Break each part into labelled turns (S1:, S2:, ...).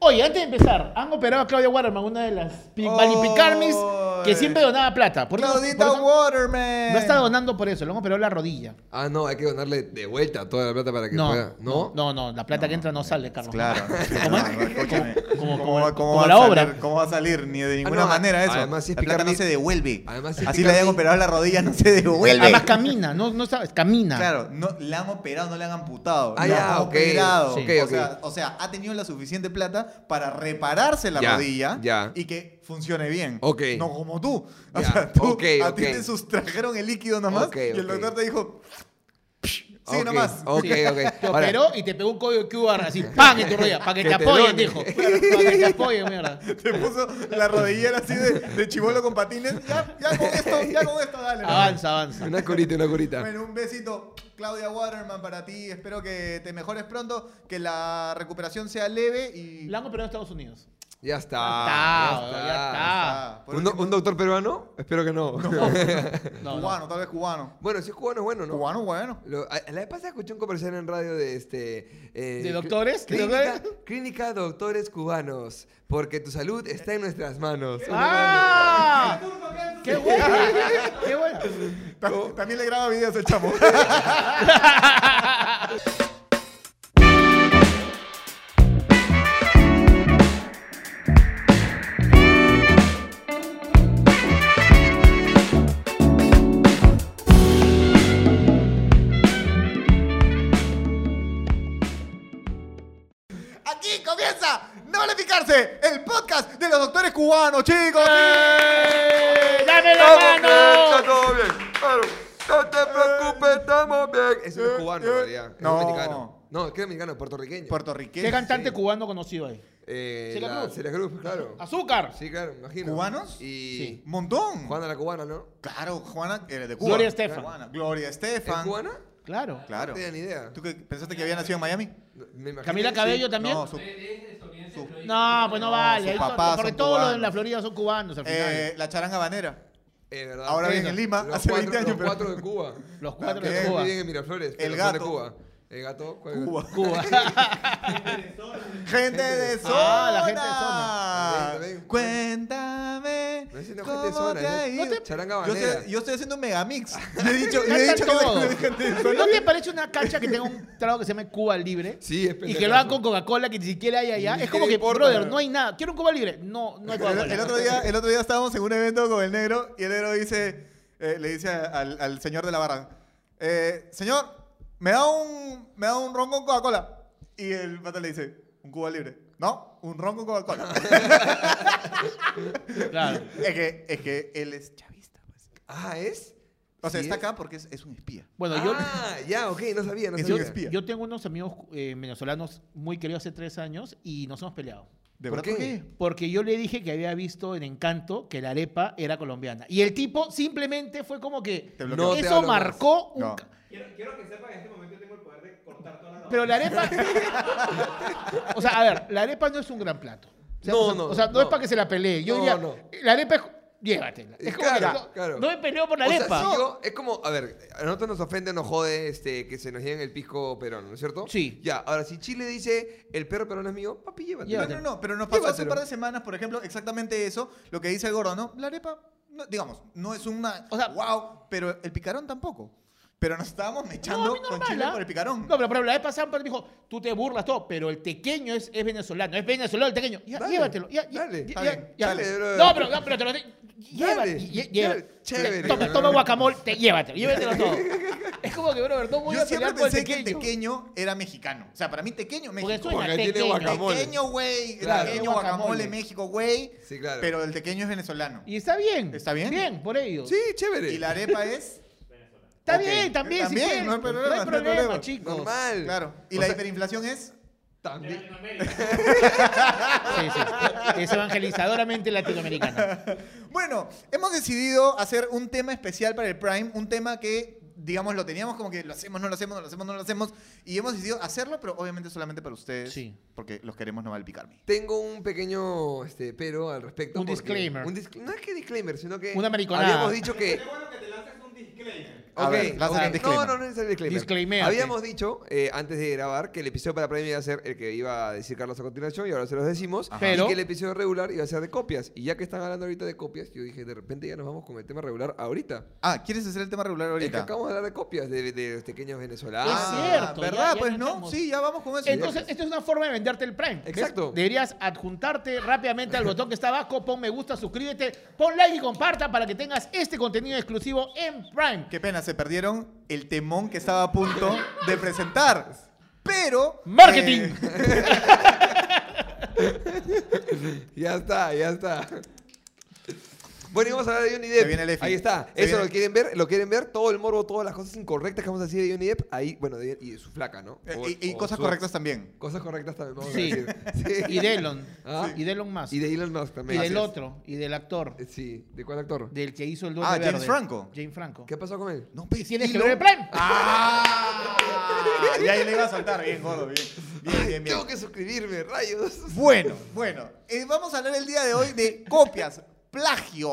S1: Oye, antes de empezar, han operado a Claudia Waterman, una de las pi- valipicarmis que
S2: Oy.
S1: siempre donaba plata. ¿Por qué no-
S2: Claudita
S1: por eso-
S2: Waterman.
S1: No está donando por eso, le han operado la rodilla.
S3: Ah, no, hay que donarle de vuelta toda la plata para que
S1: No,
S3: pueda.
S1: no,
S3: ¿No? eh,
S1: no, no, la plata que entra no sale, Carlos.
S2: Claro.
S1: ¿Cómo es?
S2: No, no, escúchame.
S1: como-
S2: ¿Cómo-
S1: como-
S2: cómo
S1: como
S2: va a
S1: la
S2: salir?
S1: obra.
S2: ¿Cómo va a salir? Ni de ninguna
S3: no,
S2: manera eso.
S3: además si es
S2: la plata
S3: Picardi-
S2: no se devuelve.
S3: además si es
S2: Así le hayan
S3: Picardi-
S2: operado la rodilla, no se devuelve.
S1: Además camina, no, no sabes, camina.
S2: Claro, no, la han operado, no la han amputado.
S3: Ah,
S2: la
S3: ya,
S2: han
S3: ok,
S2: operado.
S1: sí.
S3: ok,
S2: o, Sea, o sea, ha tenido la suficiente plata para repararse la
S3: Ya,
S2: rodilla
S3: ya.
S2: y que funcione bien.
S3: Ok.
S2: No como tú. O
S3: Ya,
S2: sea, tú
S3: ok,
S2: a
S3: ok.
S2: ti te sustrajeron el líquido nomás
S3: Ok,
S2: y el
S3: ok.
S2: doctor te dijo, sí,
S3: Ok,
S2: nomás.
S3: Ok,
S1: Sí.
S3: ok.
S1: Te
S3: Ahora,
S1: operó y te pegó un código QR así, ¡pam! en tu rodilla, para que,
S3: Que
S1: te
S3: te
S1: apoyen,
S3: done.
S1: dijo. Para que te apoyen, mierda.
S2: Te puso la rodillera así de, de chivolo con patines. Ya, ya con esto, ya con esto, dale. ¿no?
S1: Avanza, avanza.
S3: Una curita, una curita.
S2: Bueno, un besito, Claudia Waterman, para ti. Espero que te mejores pronto, que la recuperación sea leve y.
S1: La han operado en Estados Unidos.
S3: Ya está.
S1: Ya está, ya
S2: Ah, por
S3: ¿Un, do-
S2: último,
S3: un doctor peruano? Espero que no.
S1: No, no.
S2: cubano, tal vez cubano.
S3: bueno, si es cubano es bueno, ¿no?
S2: Cubano, bueno.
S3: Lo- a- la vez pasada escuché un comercial en radio de este. eh,
S1: ¿De
S3: cl-
S1: doctores? ¿De
S3: Clínica,
S1: doctores?
S3: Clínica Doctores Cubanos. Porque tu salud está en nuestras manos.
S1: ¡Ah! ¡Qué buena! ¡Qué buena!
S2: Ta- También le graba videos el chamo. Aquí comienza No Vale Picarse, el podcast de los doctores cubanos, chicos.
S1: ¡Eh! ¡Dame
S3: ¡Estamos
S1: la
S3: bien! ¡Está
S1: mano!
S3: todo bien! claro. ¡No te preocupes! ¡Estamos bien! Eso no es cubano, en realidad. Es
S2: No.
S3: dominicano. No, es que es dominicano, puertorriqueño.
S2: Puertorriqueño.
S1: ¿Qué cantante cubano conocido hay?
S3: eh,
S1: Celia
S3: la-
S1: Cruz.
S3: Celia Cruz, claro.
S1: ¡Azúcar!
S3: Sí, claro, me imagino.
S2: ¿Cubanos?
S3: Y.
S2: Montón.
S3: Juana la cubana, ¿no?
S2: Claro, Juana eh, de Cuba.
S1: Gloria Estefan.
S2: Cubana. Gloria
S3: ¿Es
S2: Estefan.
S3: cubana?
S1: Claro.
S2: Claro.
S3: No tenía ni idea.
S2: ¿Tú qué, pensaste que había nacido en Miami?
S3: No, me imagino
S1: ¿Camila
S3: que
S1: Cabello
S3: sí.
S1: también?
S2: No,
S1: No,
S2: su- eh,
S1: pues no
S2: No,
S1: vale.
S2: sus
S1: Ahí
S2: papás
S1: son- Porque
S2: son
S1: todos los de
S2: cubanos.
S1: la Florida son cubanos al final.
S2: eh, la charanga banera.
S3: Eh, ¿verdad?
S2: Ahora viene
S1: Eso.
S2: en Lima,
S3: Los
S2: hace
S3: cuatro-
S2: 20 años.
S3: Los
S2: pero-
S3: cuatro de Cuba.
S1: los cuatro
S2: también
S1: de
S3: Ellos
S1: Cuba.
S3: viven en Miraflores. pero
S2: El
S3: son de
S2: gato.
S3: Cuba. El gato. ¿cuál es?
S2: Cuba.
S1: Cuba.
S2: Gente de zona.
S1: Ah, la gente de zona.
S3: Ven, ven, ven.
S2: Cuéntame.
S3: No es siendo
S2: cómo
S3: gente de zona,
S2: te
S3: es
S2: ha
S3: de-
S2: ido.
S3: no te- charanga
S2: yo,
S3: banera.
S2: estoy, yo estoy haciendo un megamix. Yo he dicho, yo he
S1: Cantan
S2: dicho
S1: todo.
S2: que gente de zona.
S1: ¿No te parece una cancha que tenga un trago que se llama Cuba Libre?
S3: Sí, es
S1: Y
S3: pendejazo.
S1: que lo hagan con Coca-Cola que ni siquiera hay allá.
S3: Ni
S1: Es como que,
S3: siquiera importa,
S1: brother,
S3: ¿no?
S1: no hay nada. Quiero un Cuba Libre. No, no hay Coca-Cola.
S2: El, el otro día, el otro día estábamos en un evento con el negro y el negro dice, eh, le dice a- al, al señor de la barra, eh, señor, me da un, me da un ron con Coca-Cola. Y el pata le dice, un Cuba libre. No, un ron con Coca-Cola.
S1: Claro.
S2: es, que, es que él es chavista. pues.
S3: Ah, ¿es?
S2: O sea,
S3: Sí
S2: está
S3: es.
S2: acá porque es, es un espía.
S1: Bueno, yo...
S3: Ah, ya, ok, no sabía, no
S2: Es
S3: sabía.
S2: un espía.
S1: Yo tengo unos amigos eh, venezolanos muy queridos hace tres años y nos hemos peleado.
S2: ¿De
S3: ¿Por
S2: verdad?
S3: qué?
S1: Porque yo le dije que había visto en Encanto que la arepa era colombiana. Y el tipo simplemente fue como que...
S2: Te bloqueó.
S3: No te
S1: eso
S3: hablo más.
S1: marcó un...
S2: No.
S1: ca-
S4: Quiero, que sepan que en este momento yo tengo el poder de cortar toda la
S1: Pero la arepa... o sea, a ver, la arepa no es un gran plato. O sea,
S3: No,
S1: o sea,
S3: no,
S1: O sea, no,
S3: no.
S1: es para que se la pelee. Yo
S3: No,
S1: diría,
S3: no.
S1: la arepa es... Llévatela. Es como que
S3: Claro,
S1: no,
S3: claro.
S1: no me peleo por la
S3: O sea,
S1: arepa.
S3: si yo- es como, a ver, a nosotros nos ofende, nos jode este, que se nos lleven el pisco peruano, ¿no es cierto?
S1: Sí.
S3: Ya, ahora si Chile dice, el perro peruano es mío, papi, llévate.
S2: No,
S1: Llévatelo.
S2: no, no, pero nos pasó hace un
S3: Llévatelo.
S2: par de semanas, por ejemplo, exactamente eso, lo que dice el gordo, ¿no? La arepa, no- digamos, no es una
S1: O sea-
S2: wow, pero el picarón tampoco. Pero nos estábamos
S1: No, a
S2: mechando
S1: mí
S2: con
S1: normal,
S2: chile
S1: ¿ah?
S2: por el picarón.
S1: No, pero, pero la vez pasada un padre me dijo, tú te burlas todo, pero el tequeño es, es venezolano, es venezolano el tequeño. Ya,
S3: Dale,
S1: llévatelo, ya, ya,
S3: dale,
S1: ya,
S2: está bien,
S1: ya, ya.
S3: dale, brother.
S1: No, pero, no, pero te lo digo,
S3: Dale,
S1: llévate, lle- llévate.
S3: dale, chévere,
S1: Toma,
S3: brother.
S1: toma guacamole, te, llévatelo, llévatelo todo. es como que, brother, no voy
S2: Yo
S1: a pelear
S2: siempre
S1: por el
S2: pensé que
S1: tequeño.
S2: el tequeño era mexicano. O sea, para mí tequeño,
S1: porque
S2: México.
S1: suena
S3: Porque tiene
S1: tequeño.
S3: guacamole.
S2: Tequeño, güey.
S3: Claro.
S2: Tequeño, guacamole,
S1: Guacamole.
S2: México, güey.
S3: Sí, claro.
S2: Pero el tequeño es venezolano.
S1: Y está bien.
S2: ¿Está bien?
S1: Bien, por ello.
S3: Sí, chévere.
S2: Y la arepa es...
S1: Está
S2: ok.
S1: bien, también, si
S2: También,
S1: quieren,
S2: no hay problema, no hay
S1: problema,
S2: problema.
S1: chicos.
S3: Normal.
S2: Claro. Y
S3: O
S2: la
S3: sea,
S2: hiperinflación es...
S3: también.
S1: Sí, sí. Es evangelizadoramente latinoamericana.
S2: Bueno, hemos decidido hacer un tema especial para el Prime, un tema que, digamos, lo teníamos como que lo hacemos, no lo hacemos, no lo hacemos, no lo hacemos, y hemos decidido hacerlo, pero obviamente solamente para ustedes,
S1: Sí.
S2: porque los queremos no valpicarme.
S3: Tengo un pequeño este, pero al respecto.
S1: Un
S3: porque-
S1: disclaimer.
S3: un dis- no es que disclaimer, sino que.
S1: Una mariconada.
S3: Habíamos dicho que.
S4: Qué bueno que te lanzas un disclaimer.
S2: A
S3: Ok,
S2: ver, lánzate
S3: ok.
S2: un disclaimer.
S3: No, no, no es el disclaimer.
S1: Disclaimeate.
S3: Habíamos dicho eh, antes de grabar que el episodio para premio iba a ser el que iba a decir Carlos a continuación y ahora se los decimos.
S1: Ajá. Pero-
S3: Y que el episodio regular iba a ser de copias. Y ya que están hablando ahorita de copias, yo dije, de repente ya nos vamos con el tema regular ahorita.
S2: Ah, ¿quieres hacer el tema regular
S3: Es que
S2: ahorita? Ah,
S3: acabamos de hablar de copias de, de los pequeños venezolanos.
S1: Es cierto,
S2: ¿Verdad?
S1: ya- ya
S2: pues no.
S1: ganamos.
S2: Sí, ya vamos con eso.
S1: Entonces, esta es una forma de venderte el Prime. ¿ves?
S3: Exacto.
S1: Deberías adjuntarte rápidamente al botón que está abajo, pon me gusta, suscríbete, pon like y comparta para que tengas este contenido exclusivo en Prime.
S2: Qué pena, se perdieron el temón que estaba a punto de presentar. Pero.
S1: Marketing.
S2: eh,
S3: Ya está, ya está. Bueno, y vamos a hablar de Johnny
S2: Se
S3: Depp.
S2: viene el Efi.
S3: Ahí está.
S2: Se
S3: Eso
S2: viene-
S3: lo quieren ver, lo quieren ver, todo el morbo, todas las cosas incorrectas que vamos a decir de Johnny Depp, ahí, bueno, de- y de su flaca, ¿no?
S2: eh,
S3: O-
S2: y, y
S3: o
S2: cosas
S3: Oh, su-
S2: correctas también.
S3: Cosas correctas también vamos
S1: Sí.
S3: a decir. Sí.
S1: Y de Elon.
S3: Ah.
S1: Y de Elon Musk.
S3: Y de Elon Musk
S1: Y
S3: también.
S1: del
S3: Así es.
S1: otro. Y del actor.
S3: Eh, Sí, ¿de cuál actor?
S1: Del que hizo el duende
S2: Ah,
S1: verde.
S2: James Franco.
S1: James Franco.
S3: ¿Qué pasó con él?
S2: No, pues,
S1: Tienes
S2: y
S1: que
S2: lo-
S1: ver el Prime.
S2: ¡Ah! Ya ahí le iba a saltar. Bien, gordo, bien. Bien, bien, bien.
S3: Tengo que suscribirme, rayos.
S2: Bueno, bueno. eh, vamos a hablar el día de hoy de copias, plagio.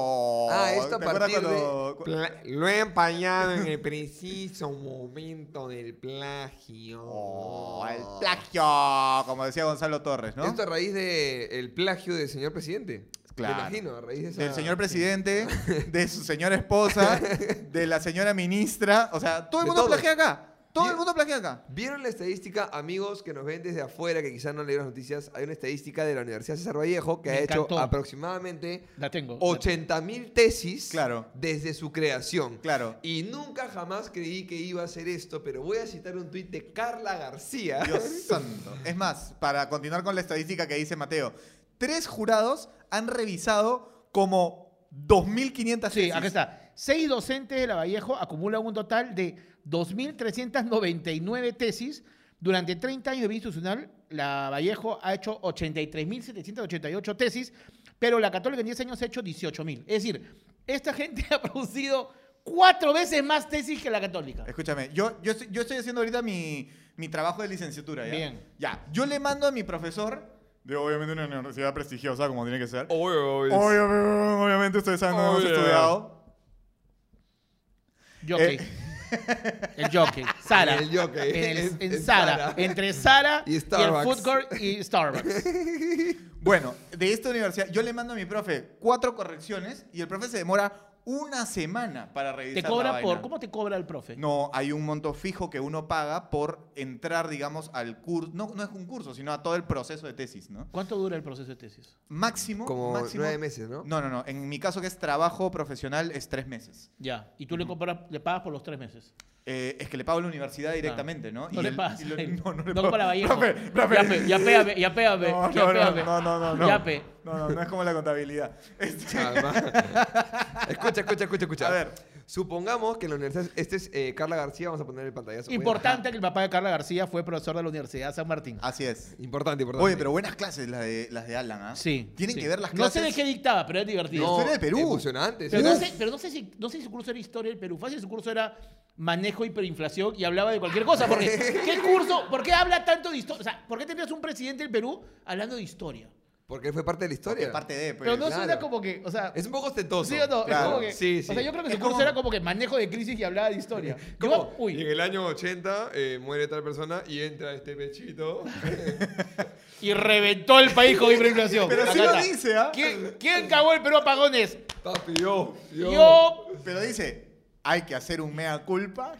S3: Ah, esto a
S2: ¿Te acuerdas
S3: partir de-
S2: cuando- cu-
S5: Pla- Lo he empañado en el preciso momento del plagio.
S2: Oh, el plagio, como decía Gonzalo Torres, ¿no?
S3: Esto a raíz del el plagio del señor presidente.
S2: Claro.
S3: Me imagino, a raíz de esa...
S2: Del señor presidente, de su señora esposa, de la señora ministra. O sea, todo el
S3: De
S2: mundo
S3: todos.
S2: plagia acá. Todo el
S3: Bien.
S2: mundo plagia acá.
S3: ¿Vieron la estadística, amigos que nos ven desde afuera, que quizás no leyeron las noticias? Hay una estadística de la Universidad César Vallejo que
S1: Me
S3: ha
S1: encantó.
S3: hecho aproximadamente
S1: La tengo.
S3: 80.000 tesis
S2: Claro.
S3: desde su creación.
S2: Claro.
S3: Y nunca jamás creí que iba a hacer esto, pero voy a citar un tuit de Carla García.
S2: Dios santo. Es más, para continuar con la estadística que dice Mateo, tres jurados han revisado como 2.500
S1: Ah, Sí,
S2: tesis.
S1: acá está. Seis docentes de la Vallejo acumulan un total de 2.399 tesis. Durante 30 años de vida institucional, la Vallejo ha hecho 83.788 tesis, pero la Católica en 10 años ha hecho 18.000. Es decir, esta gente ha producido cuatro veces más tesis que la Católica.
S2: Escúchame, yo, yo, estoy, yo estoy haciendo ahorita mi, mi trabajo de licenciatura. ¿ya?
S1: Bien.
S2: Ya, yo le mando a mi profesor, de obviamente una universidad prestigiosa como tiene que ser.
S1: Oh, pues.
S3: Obvio, obvio.
S2: Obviamente, obviamente ustedes saben cómo hemos
S3: Obvio.
S2: estudiado.
S1: Jockey. El jockey. Sara.
S3: El jockey.
S1: En, el-
S3: En-
S1: en
S3: en
S1: Sara.
S3: Sara.
S1: Entre Sara
S3: Y
S1: y, el
S3: Starbucks.
S1: food court y Starbucks.
S2: Bueno, de esta universidad, yo le mando a mi profe cuatro correcciones y el profe se demora una semana para revisar.
S1: Te
S2: la
S1: cobra
S2: vaina.
S1: por... ¿Cómo te cobra el profe?
S2: No, hay un monto fijo que uno paga por entrar, digamos, al curso. No, no es un curso, sino a todo el proceso de tesis, ¿no?
S1: ¿Cuánto dura el proceso de tesis?
S2: Máximo.
S3: Como
S2: máximo-
S3: nueve meses, ¿no?
S2: No, no, no. En mi caso, que es trabajo profesional, es tres meses.
S1: Ya. Y tú le, compras- le pagas por los tres meses.
S2: Eh, es que le pago a la universidad directamente, ¿no?
S1: No le
S2: el-
S1: pagas.
S2: lo- no, no le
S1: No
S2: pago.
S1: para Vallejo.
S2: Profe, profe.
S1: Ya, pe, ya pégame, ya pégame.
S2: No,
S1: ya
S2: no, no,
S1: pégame.
S2: no, no, no, no.
S1: Ya pe.
S2: No, no, no es como la contabilidad. Este,
S3: Calma. escucha, escucha, escucha, escucha.
S2: A ver.
S3: Supongamos que en la universidad. Este es eh, Carla García, vamos a poner el pantallazo.
S1: Importante que el papá de Carla García fue profesor de la Universidad San Martín.
S2: Así es.
S3: Bueno, importante, importante.
S2: Oye, pero buenas clases las de, las de Alan, ¿ah?
S1: Sí.
S2: Tienen
S1: sí.
S2: que ver las
S1: No
S2: clases.
S1: sé de qué dictaba, pero es divertido.
S3: No,
S2: historia de Perú.
S3: Emocionante.
S1: Pero
S3: sí.
S1: no sé, pero no sé si, no sé si su curso era historia del Perú. Fácil, su curso era manejo hiperinflación y hablaba de cualquier cosa. Porque, ¿qué curso? ¿Por qué habla tanto de historia? O sea, ¿por qué tenías un presidente del Perú hablando de historia?
S2: Pues
S3: Porque él fue parte de la historia.
S2: Porque parte de, pues.
S1: Pero no
S3: claro.
S1: suena como que, o sea...
S3: Es un poco
S1: Pues
S3: ostentoso.
S1: Sí o no, es
S2: Claro.
S1: como que,
S3: Sí, sí.
S1: O sea, yo creo que
S2: Es
S1: su curso
S2: como-
S1: era como que manejo de crisis y hablaba de historia.
S3: ¿Cómo?
S1: Yo, uy,
S3: En el año 80 eh, muere tal persona y entra este pechito.
S1: y reventó el país con hiperinflación.
S2: Pero sí
S1: Acá
S2: lo
S1: está.
S2: dice, ¿ah?
S1: ¿Quién, quién cagó el Perú a pagones?
S3: Papi, yo. Yo.
S1: Yo...
S2: Pero dice, hay que hacer un mea culpa.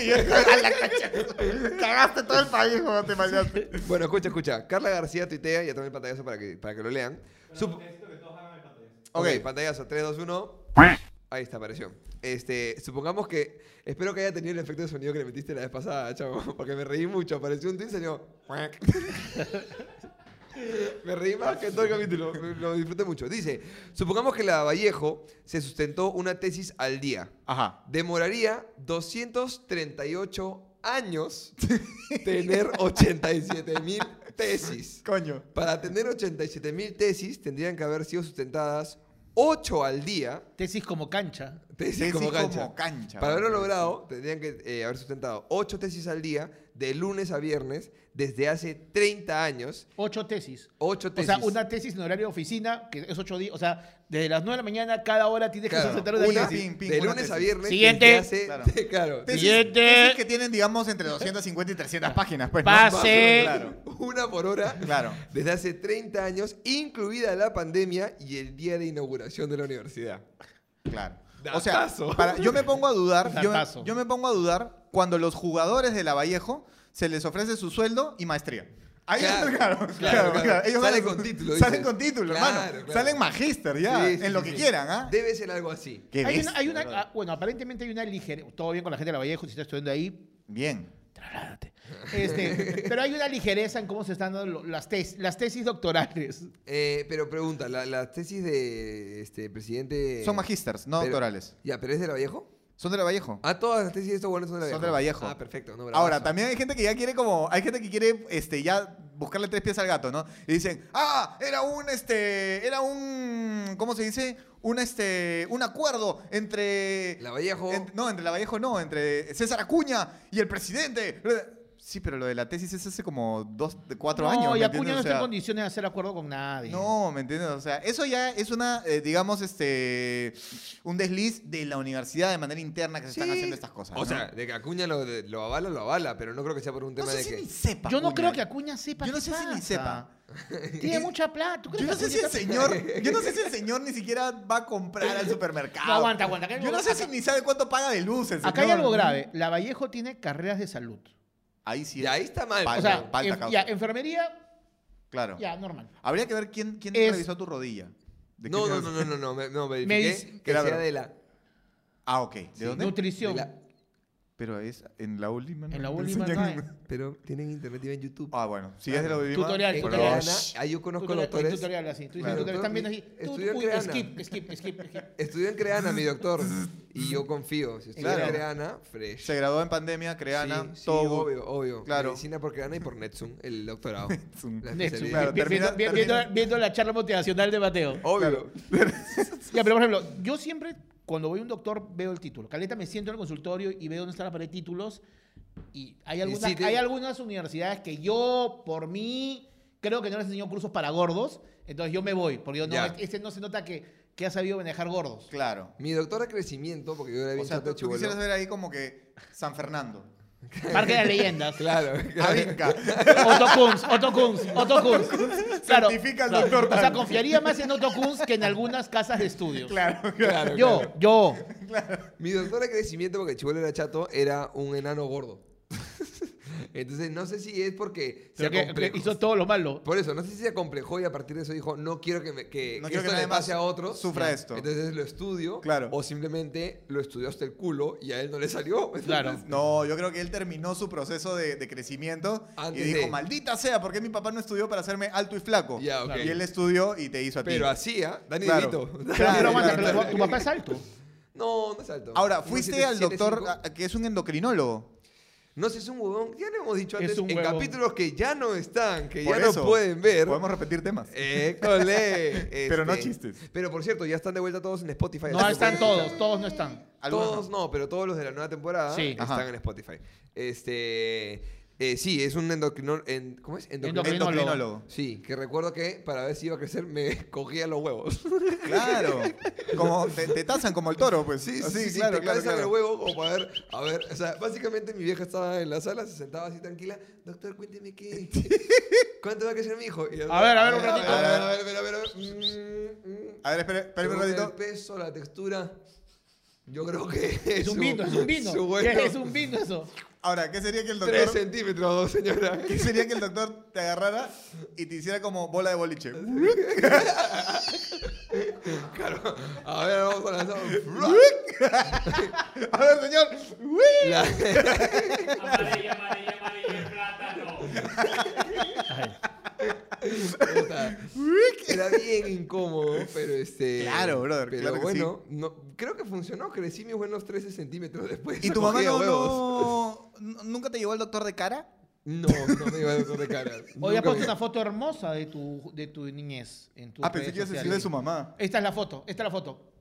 S2: Y yo, "A la concha". Cagaste todo el país cuando te mareaste.
S3: Bueno, escucha, escucha. Carla García tuitea, ya tomé el pantallazo para que, para que lo lean. Sup-
S4: Necesito que todos hagan el pantallazo.
S3: Ok,
S2: Ok.
S3: pantallazo, 3, 2, 1. Ahí está, apareció. Este, supongamos que. Espero que haya tenido el efecto de sonido que le metiste la vez pasada, chavo. Porque me reí mucho. Apareció un tweet y salió. "Cuac". Me reí más que en todo el capítulo. me- Lo disfruté mucho. Dice: Supongamos que la Vallejo se sustentó una tesis al día.
S2: Ajá.
S3: Demoraría 238 años tener 87 mil tesis.
S2: Coño.
S3: Para tener 87 mil tesis tendrían que haber sido sustentadas 8 al día.
S1: Tesis como cancha.
S3: Tesis,
S2: Tesis
S3: como cancha.
S2: como cancha,
S3: Para haberlo
S2: madre.
S3: logrado, tendrían que eh, haber sustentado 8 tesis al día, de lunes a viernes desde hace 30 años.
S1: Ocho tesis.
S3: Ocho tesis.
S1: O sea, una tesis en horario de oficina, que es ocho días. O sea, desde las nueve de la mañana, cada hora tienes que
S3: Claro,
S1: sustentar una,
S2: una
S1: tesis.
S2: pin, pin,
S3: de
S2: una
S3: lunes a
S2: tesis.
S3: viernes.
S1: Siguiente.
S3: desde hace-
S2: Claro.
S3: claro.
S2: Tesis,
S1: Siguiente.
S2: tesis que tienen, digamos, entre 250 y
S3: Ah,
S2: 300 páginas. Pues, ¿no?
S1: Pase.
S2: Claro,
S3: Una por hora.
S2: claro.
S3: Desde hace 30 años, incluida la pandemia y el día de inauguración de la universidad.
S2: Claro. O sea,
S3: Datazo.
S2: para- yo me pongo a dudar, yo
S1: Datazo.
S2: me, yo me pongo a dudar cuando los jugadores de Lavallejo se les ofrece su sueldo y maestría. Ahí
S3: Claro,
S2: claro,
S3: claro,
S2: claro,
S3: claro.
S2: claro. Ellos
S3: Salen
S2: ganan-
S3: con título,
S2: Salen
S3: dices.
S2: con título,
S3: Claro,
S2: hermano.
S3: claro.
S2: Salen magíster ya,
S3: Sí, sí,
S2: en lo
S3: sí,
S2: que
S3: sí.
S2: quieran, ¿ah?
S3: Debe ser algo así.
S2: Qué
S1: Hay una-
S2: bestia,
S1: hay una-
S2: brother.
S1: ah, bueno, aparentemente hay una ligera. Todo bien con la gente de la Vallejo, si estás estudiando ahí,
S2: Bien.
S1: trasládate. Este, pero hay una ligereza en cómo se están dando lo- las, tes- las tesis doctorales.
S3: Eh, pero pregunta, ¿la- las tesis de este
S1: Eh,
S3: presidente.
S2: Son magísters, no
S3: pero-
S2: doctorales.
S3: Ya, pero es de la Vallejo.
S2: Son de Lavallejo.
S3: Ah, todas las tesis de estos buenos son de la Vallejo.
S2: Son de la Vallejo.
S3: Ah, perfecto. No,
S2: Ahora,
S3: bravazo.
S2: también hay gente que ya quiere como, hay gente que quiere este ya buscarle tres pies al gato, ¿no? Y dicen, "Ah, era un este, era un ¿cómo se dice? Un este, un acuerdo entre
S3: La Vallejo.
S2: ent- no, entre la Vallejo no, entre César Acuña y el presidente." Sí, pero lo de la tesis es hace como dos, de cuatro
S1: no,
S2: años. ¿me
S1: y
S2: entiendes?
S1: Acuña no
S2: O
S1: está en
S2: sea,
S1: condiciones de hacer acuerdo con nadie.
S2: no, ¿me entiendes? O sea, eso ya es una, eh, digamos, este, un desliz de la universidad de manera interna que se están
S3: Sí.
S2: haciendo estas cosas.
S3: O
S2: ¿no?
S3: sea, de que Acuña lo, de- lo avala, lo avala, pero no creo que sea por un
S2: no
S3: tema
S2: sé
S3: de
S2: si
S3: que.
S2: ni sepa.
S1: Yo no
S2: Acuña.
S1: creo que Acuña sepa.
S2: Yo no
S1: qué
S2: sé si ni
S1: pasa.
S2: sepa.
S1: Tiene mucha plata. ¿Tú crees
S2: Yo no
S1: que
S2: sé si el
S1: Acuña está-
S2: señor, yo no sé si el señor ni siquiera va a comprar al supermercado.
S1: No, aguanta, aguanta, que-
S2: Yo no sé si ni sabe cuánto paga de luz el
S1: Acá hay
S2: señor.
S1: algo grave. La Vallejo tiene carreras de salud.
S2: Ahí sí.
S3: Y ahí está mal.
S1: O
S2: Vale.
S1: sea,
S2: falta
S1: en-
S2: causa.
S1: ya, enfermería,
S2: Claro.
S1: ya, normal.
S2: Habría que ver quién, quién
S1: Es-
S2: revisó tu rodilla. ¿De
S3: no,
S2: quién
S3: no,
S2: es?
S3: no, no, no, no, me, no, verifiqué
S1: Me dice-
S3: que
S2: Claro.
S3: sea de la.
S2: Ah, ok. ¿De dónde?
S3: de
S1: Nutrición.
S3: la-
S2: Pero es en la última.
S1: En la última no hay.
S3: pero tienen internet y ven YouTube.
S2: Ah, bueno. Si es de la última.
S1: Tutorial,
S3: En
S2: por
S1: tutorial.
S2: favor.
S3: Creana, ahí yo conozco
S1: Tutorial,
S3: doctores.
S1: tutorial así. Tú dices
S2: Claro.
S1: tutorial, están viendo así. Tú,
S3: Estudió en
S1: uy,
S3: Creana.
S1: skip, skip, skip, skip.
S3: Estudió en Creana, mi doctor. Y yo confío. Si estudió en
S2: Claro.
S3: Creana, fresh.
S2: Se graduó en pandemia, Creana,
S3: Sí, sí,
S2: todo. good.
S3: obvio, obvio.
S2: Claro.
S3: Medicina por Creana y por Netsum, el doctorado. La
S1: Next, vi-
S3: especialidad.
S2: Claro,
S1: vi-
S2: termina-
S1: viendo- vi-
S2: termina.
S1: viendo- Viendo la charla motivacional de Mateo.
S3: Obvio.
S1: Ya, pero por ejemplo, yo siempre cuando voy a un doctor veo el título. Caleta me siento en el consultorio y veo dónde está la pared de títulos. Y hay algunas,
S3: sí te-
S1: hay algunas universidades que yo, por mí, creo que no les enseñó cursos para gordos. Entonces yo me voy, porque yo no,
S3: Ya.
S1: este no se nota que, que ha sabido manejar gordos.
S2: Claro.
S3: Mi doctor de crecimiento, porque yo era
S2: O
S3: bien
S2: sea,
S3: chato
S2: tú,
S3: de
S2: tú quisieras
S3: chibolo.
S2: ver ahí como que San Fernando.
S1: Parque de las leyendas.
S3: Claro.
S2: Avinca.
S1: Otto Kunz, Otto Kunz, Otto Kunz. Claro,
S2: Certifica al
S1: claro.
S2: doctor
S1: O sea,
S2: Tan.
S1: confiaría más en Otto Kunz que en algunas casas de estudios.
S2: Claro.
S3: claro,
S1: Yo,
S3: claro.
S1: yo.
S3: Mi doctor de crecimiento, porque Chibuelo era chato, era un enano gordo. Entonces, no sé si es porque se
S1: Pero que- que
S3: acomplejó.
S1: hizo todo lo malo.
S3: Por eso, no sé si se acomplejó y a partir de eso dijo, no quiero que, me, que
S2: No quiero
S3: esto
S2: que
S3: le
S2: nadie más
S3: pase a otros.
S2: sufra
S3: Ya.
S2: esto.
S3: Entonces lo estudio.
S2: Claro.
S3: O simplemente lo estudió hasta el culo y a él no le salió.
S1: Claro.
S2: No, yo creo que él terminó su proceso de, de crecimiento
S3: Antes
S2: y dijo,
S3: de-
S2: maldita sea, porque mi papá no estudió para hacerme alto y flaco.
S3: Ya, ok.
S2: Y él estudió y te hizo a ti.
S3: Pero hacía, Dani
S2: Claro.
S3: DeVito.
S2: Claro,
S1: Pero, pero aguanta,
S2: claro,
S1: pero tu, tu papá es alto.
S3: No, no es alto.
S2: Ahora,
S3: Uno
S2: fuiste
S3: siete-
S2: al
S3: siete
S2: doctor Ah, eh.
S3: cinco.
S2: a- que es un endocrinólogo.
S3: No, si es un huevón. Ya lo hemos dicho
S1: Es
S3: antes
S1: un
S3: en
S1: huevón.
S3: capítulos que ya no están, que
S2: Por
S3: ya
S2: eso,
S3: no pueden ver. Eh,
S2: Podemos repetir temas.
S3: École.
S2: Pero no
S3: este,
S2: chistes.
S3: Pero por cierto, ya están de vuelta todos en Spotify. así
S1: No
S3: que
S1: están
S3: pueden-
S1: todos, todos no están.
S2: Algunos
S3: Todos no, pero todos los de la nueva temporada
S1: Sí.
S3: están
S2: Ajá.
S3: en Spotify. Este. eh, sí, es un endocrino, en- ¿Cómo es? Endocrinólogo.
S1: Endocrinólogo.
S2: Endocrinólogo.
S3: Sí, que recuerdo que para ver si iba a crecer me cogía los huevos.
S1: Ah,
S2: Claro. Como te, te tasan como el toro, pues.
S3: Sí, sí,
S2: Así,
S3: sí, sí,
S2: claro,
S3: te
S2: claro,
S3: calzan
S2: claro.
S3: el huevo como para ver, a ver, o sea, básicamente mi vieja estaba en la sala, se sentaba así tranquila, doctor, cuénteme qué, ¿cuánto va a crecer mi hijo? Y yo,
S1: A ver, a ver, un ratito.
S3: A ver, a ver, a ver, a ver, a ver, mm, mm.
S2: A ver, espera, espera un
S3: Según el
S2: ratito.
S3: peso, la textura, yo creo que
S1: Es un vino, es un vino.
S3: su
S1: ¿Qué
S3: huevo,
S1: es un vino eso?
S2: Ahora, ¿qué sería que el
S3: tres
S2: doctor...
S3: centímetros, dos, señora.
S2: ¿Qué sería que el doctor te agarrara y te hiciera como bola de boliche?
S3: Claro, a ver, vamos a lanzar.
S2: A ver, señor.
S3: La-
S6: Amarilla, amarilla, amarilla, el plátano.
S3: puta. Era bien incómodo, pero este.
S2: Claro, brother,
S3: Pero
S2: claro que
S3: bueno, no- creo que funcionó. Crecí mis buenos 13 centímetros después.
S2: ¿Y
S3: de
S2: tu mamá
S3: cogida
S2: no,
S3: de huevos.
S2: no- n- nunca te llevó al doctor de cara?
S3: No, no me iba a dar de cara.
S1: Hoy
S3: Nunca
S1: ha puesto
S3: me-
S1: una foto hermosa de tu, de tu niñez. En tu
S2: Ah, pensé que ibas a decirle de su mamá.
S1: Esta es la foto, esta es la foto.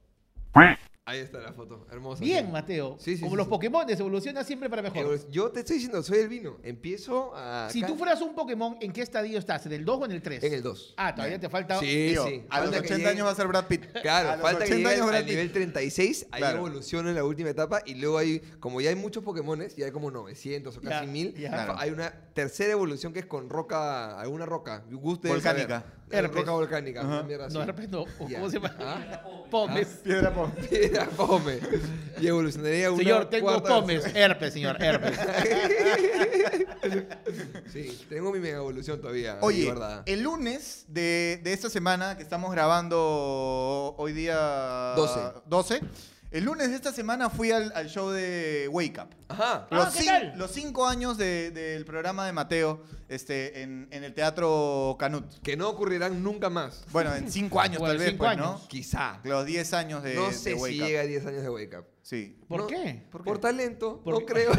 S3: Ahí está la foto, hermosa.
S1: Bien,
S3: sí.
S1: Mateo.
S3: Sí, sí,
S1: Como
S3: sí,
S1: los
S3: sí.
S1: Pokémon, se evoluciona siempre para mejor.
S3: Evolu- Yo te estoy diciendo, soy el vino. Empiezo a.
S1: si
S3: ca-
S1: tú fueras un Pokémon, ¿en qué estadio estás? ¿En el 2 o en el 3?
S3: En el 2.
S1: Ah, todavía te falta.
S3: Sí,
S2: Tío,
S3: sí.
S2: A los
S3: Falta que
S2: 80
S3: lleguen-
S2: años va a ser Brad Pitt.
S3: Claro,
S2: A los
S3: falta que
S2: 80
S3: lleguen
S2: años Brad
S3: al
S2: Pitt.
S3: nivel 36, ahí
S2: Claro.
S3: evoluciona en la última etapa y luego hay, como ya hay muchos Pokémones, ya hay como 900 o
S1: Ya,
S3: casi 1000,
S1: ya.
S2: Claro.
S3: hay una tercera evolución que es con roca, alguna roca, guste
S2: Volcánica.
S1: Herpes.
S3: Roca volcánica,
S2: Ajá.
S3: una mierda
S1: pues.
S3: así.
S1: No, de repente no. ¿Cómo
S3: Ya.
S1: se llama?
S3: Ah.
S1: Pomes.
S2: Piedra po.
S3: Era fome. Y evolucionaría a Ah, una
S1: Señor, tengo
S3: cuarta
S1: pomes. Herpes, señor, herpes.
S3: versión. Sí, tengo mi mega evolución todavía.
S2: Oye,
S3: guardada.
S2: el lunes de, de esta semana que estamos grabando hoy día
S3: 12.
S2: 12, el lunes de esta semana fui al, al show de Wake Up.
S3: Ajá.
S1: Ah,
S2: Los,
S1: ¿qué
S2: cin-
S1: tal?
S2: los cinco años de- del programa de Mateo este, en, en el Teatro Canut.
S3: Que no ocurrirán nunca más.
S2: Bueno, en cinco años
S1: Bueno,
S2: tal vez,
S1: cinco
S2: pues,
S1: años.
S3: Quizá.
S2: ¿no? Los 10 años de,
S3: no
S2: de
S3: sé
S2: Wake
S3: si
S2: Up.
S3: llega a 10 años de Wake Up.
S2: Sí.
S1: ¿Por
S3: No,
S1: qué?
S3: ¿Por, talento,
S1: ¿Por
S3: no
S1: qué?
S3: creo.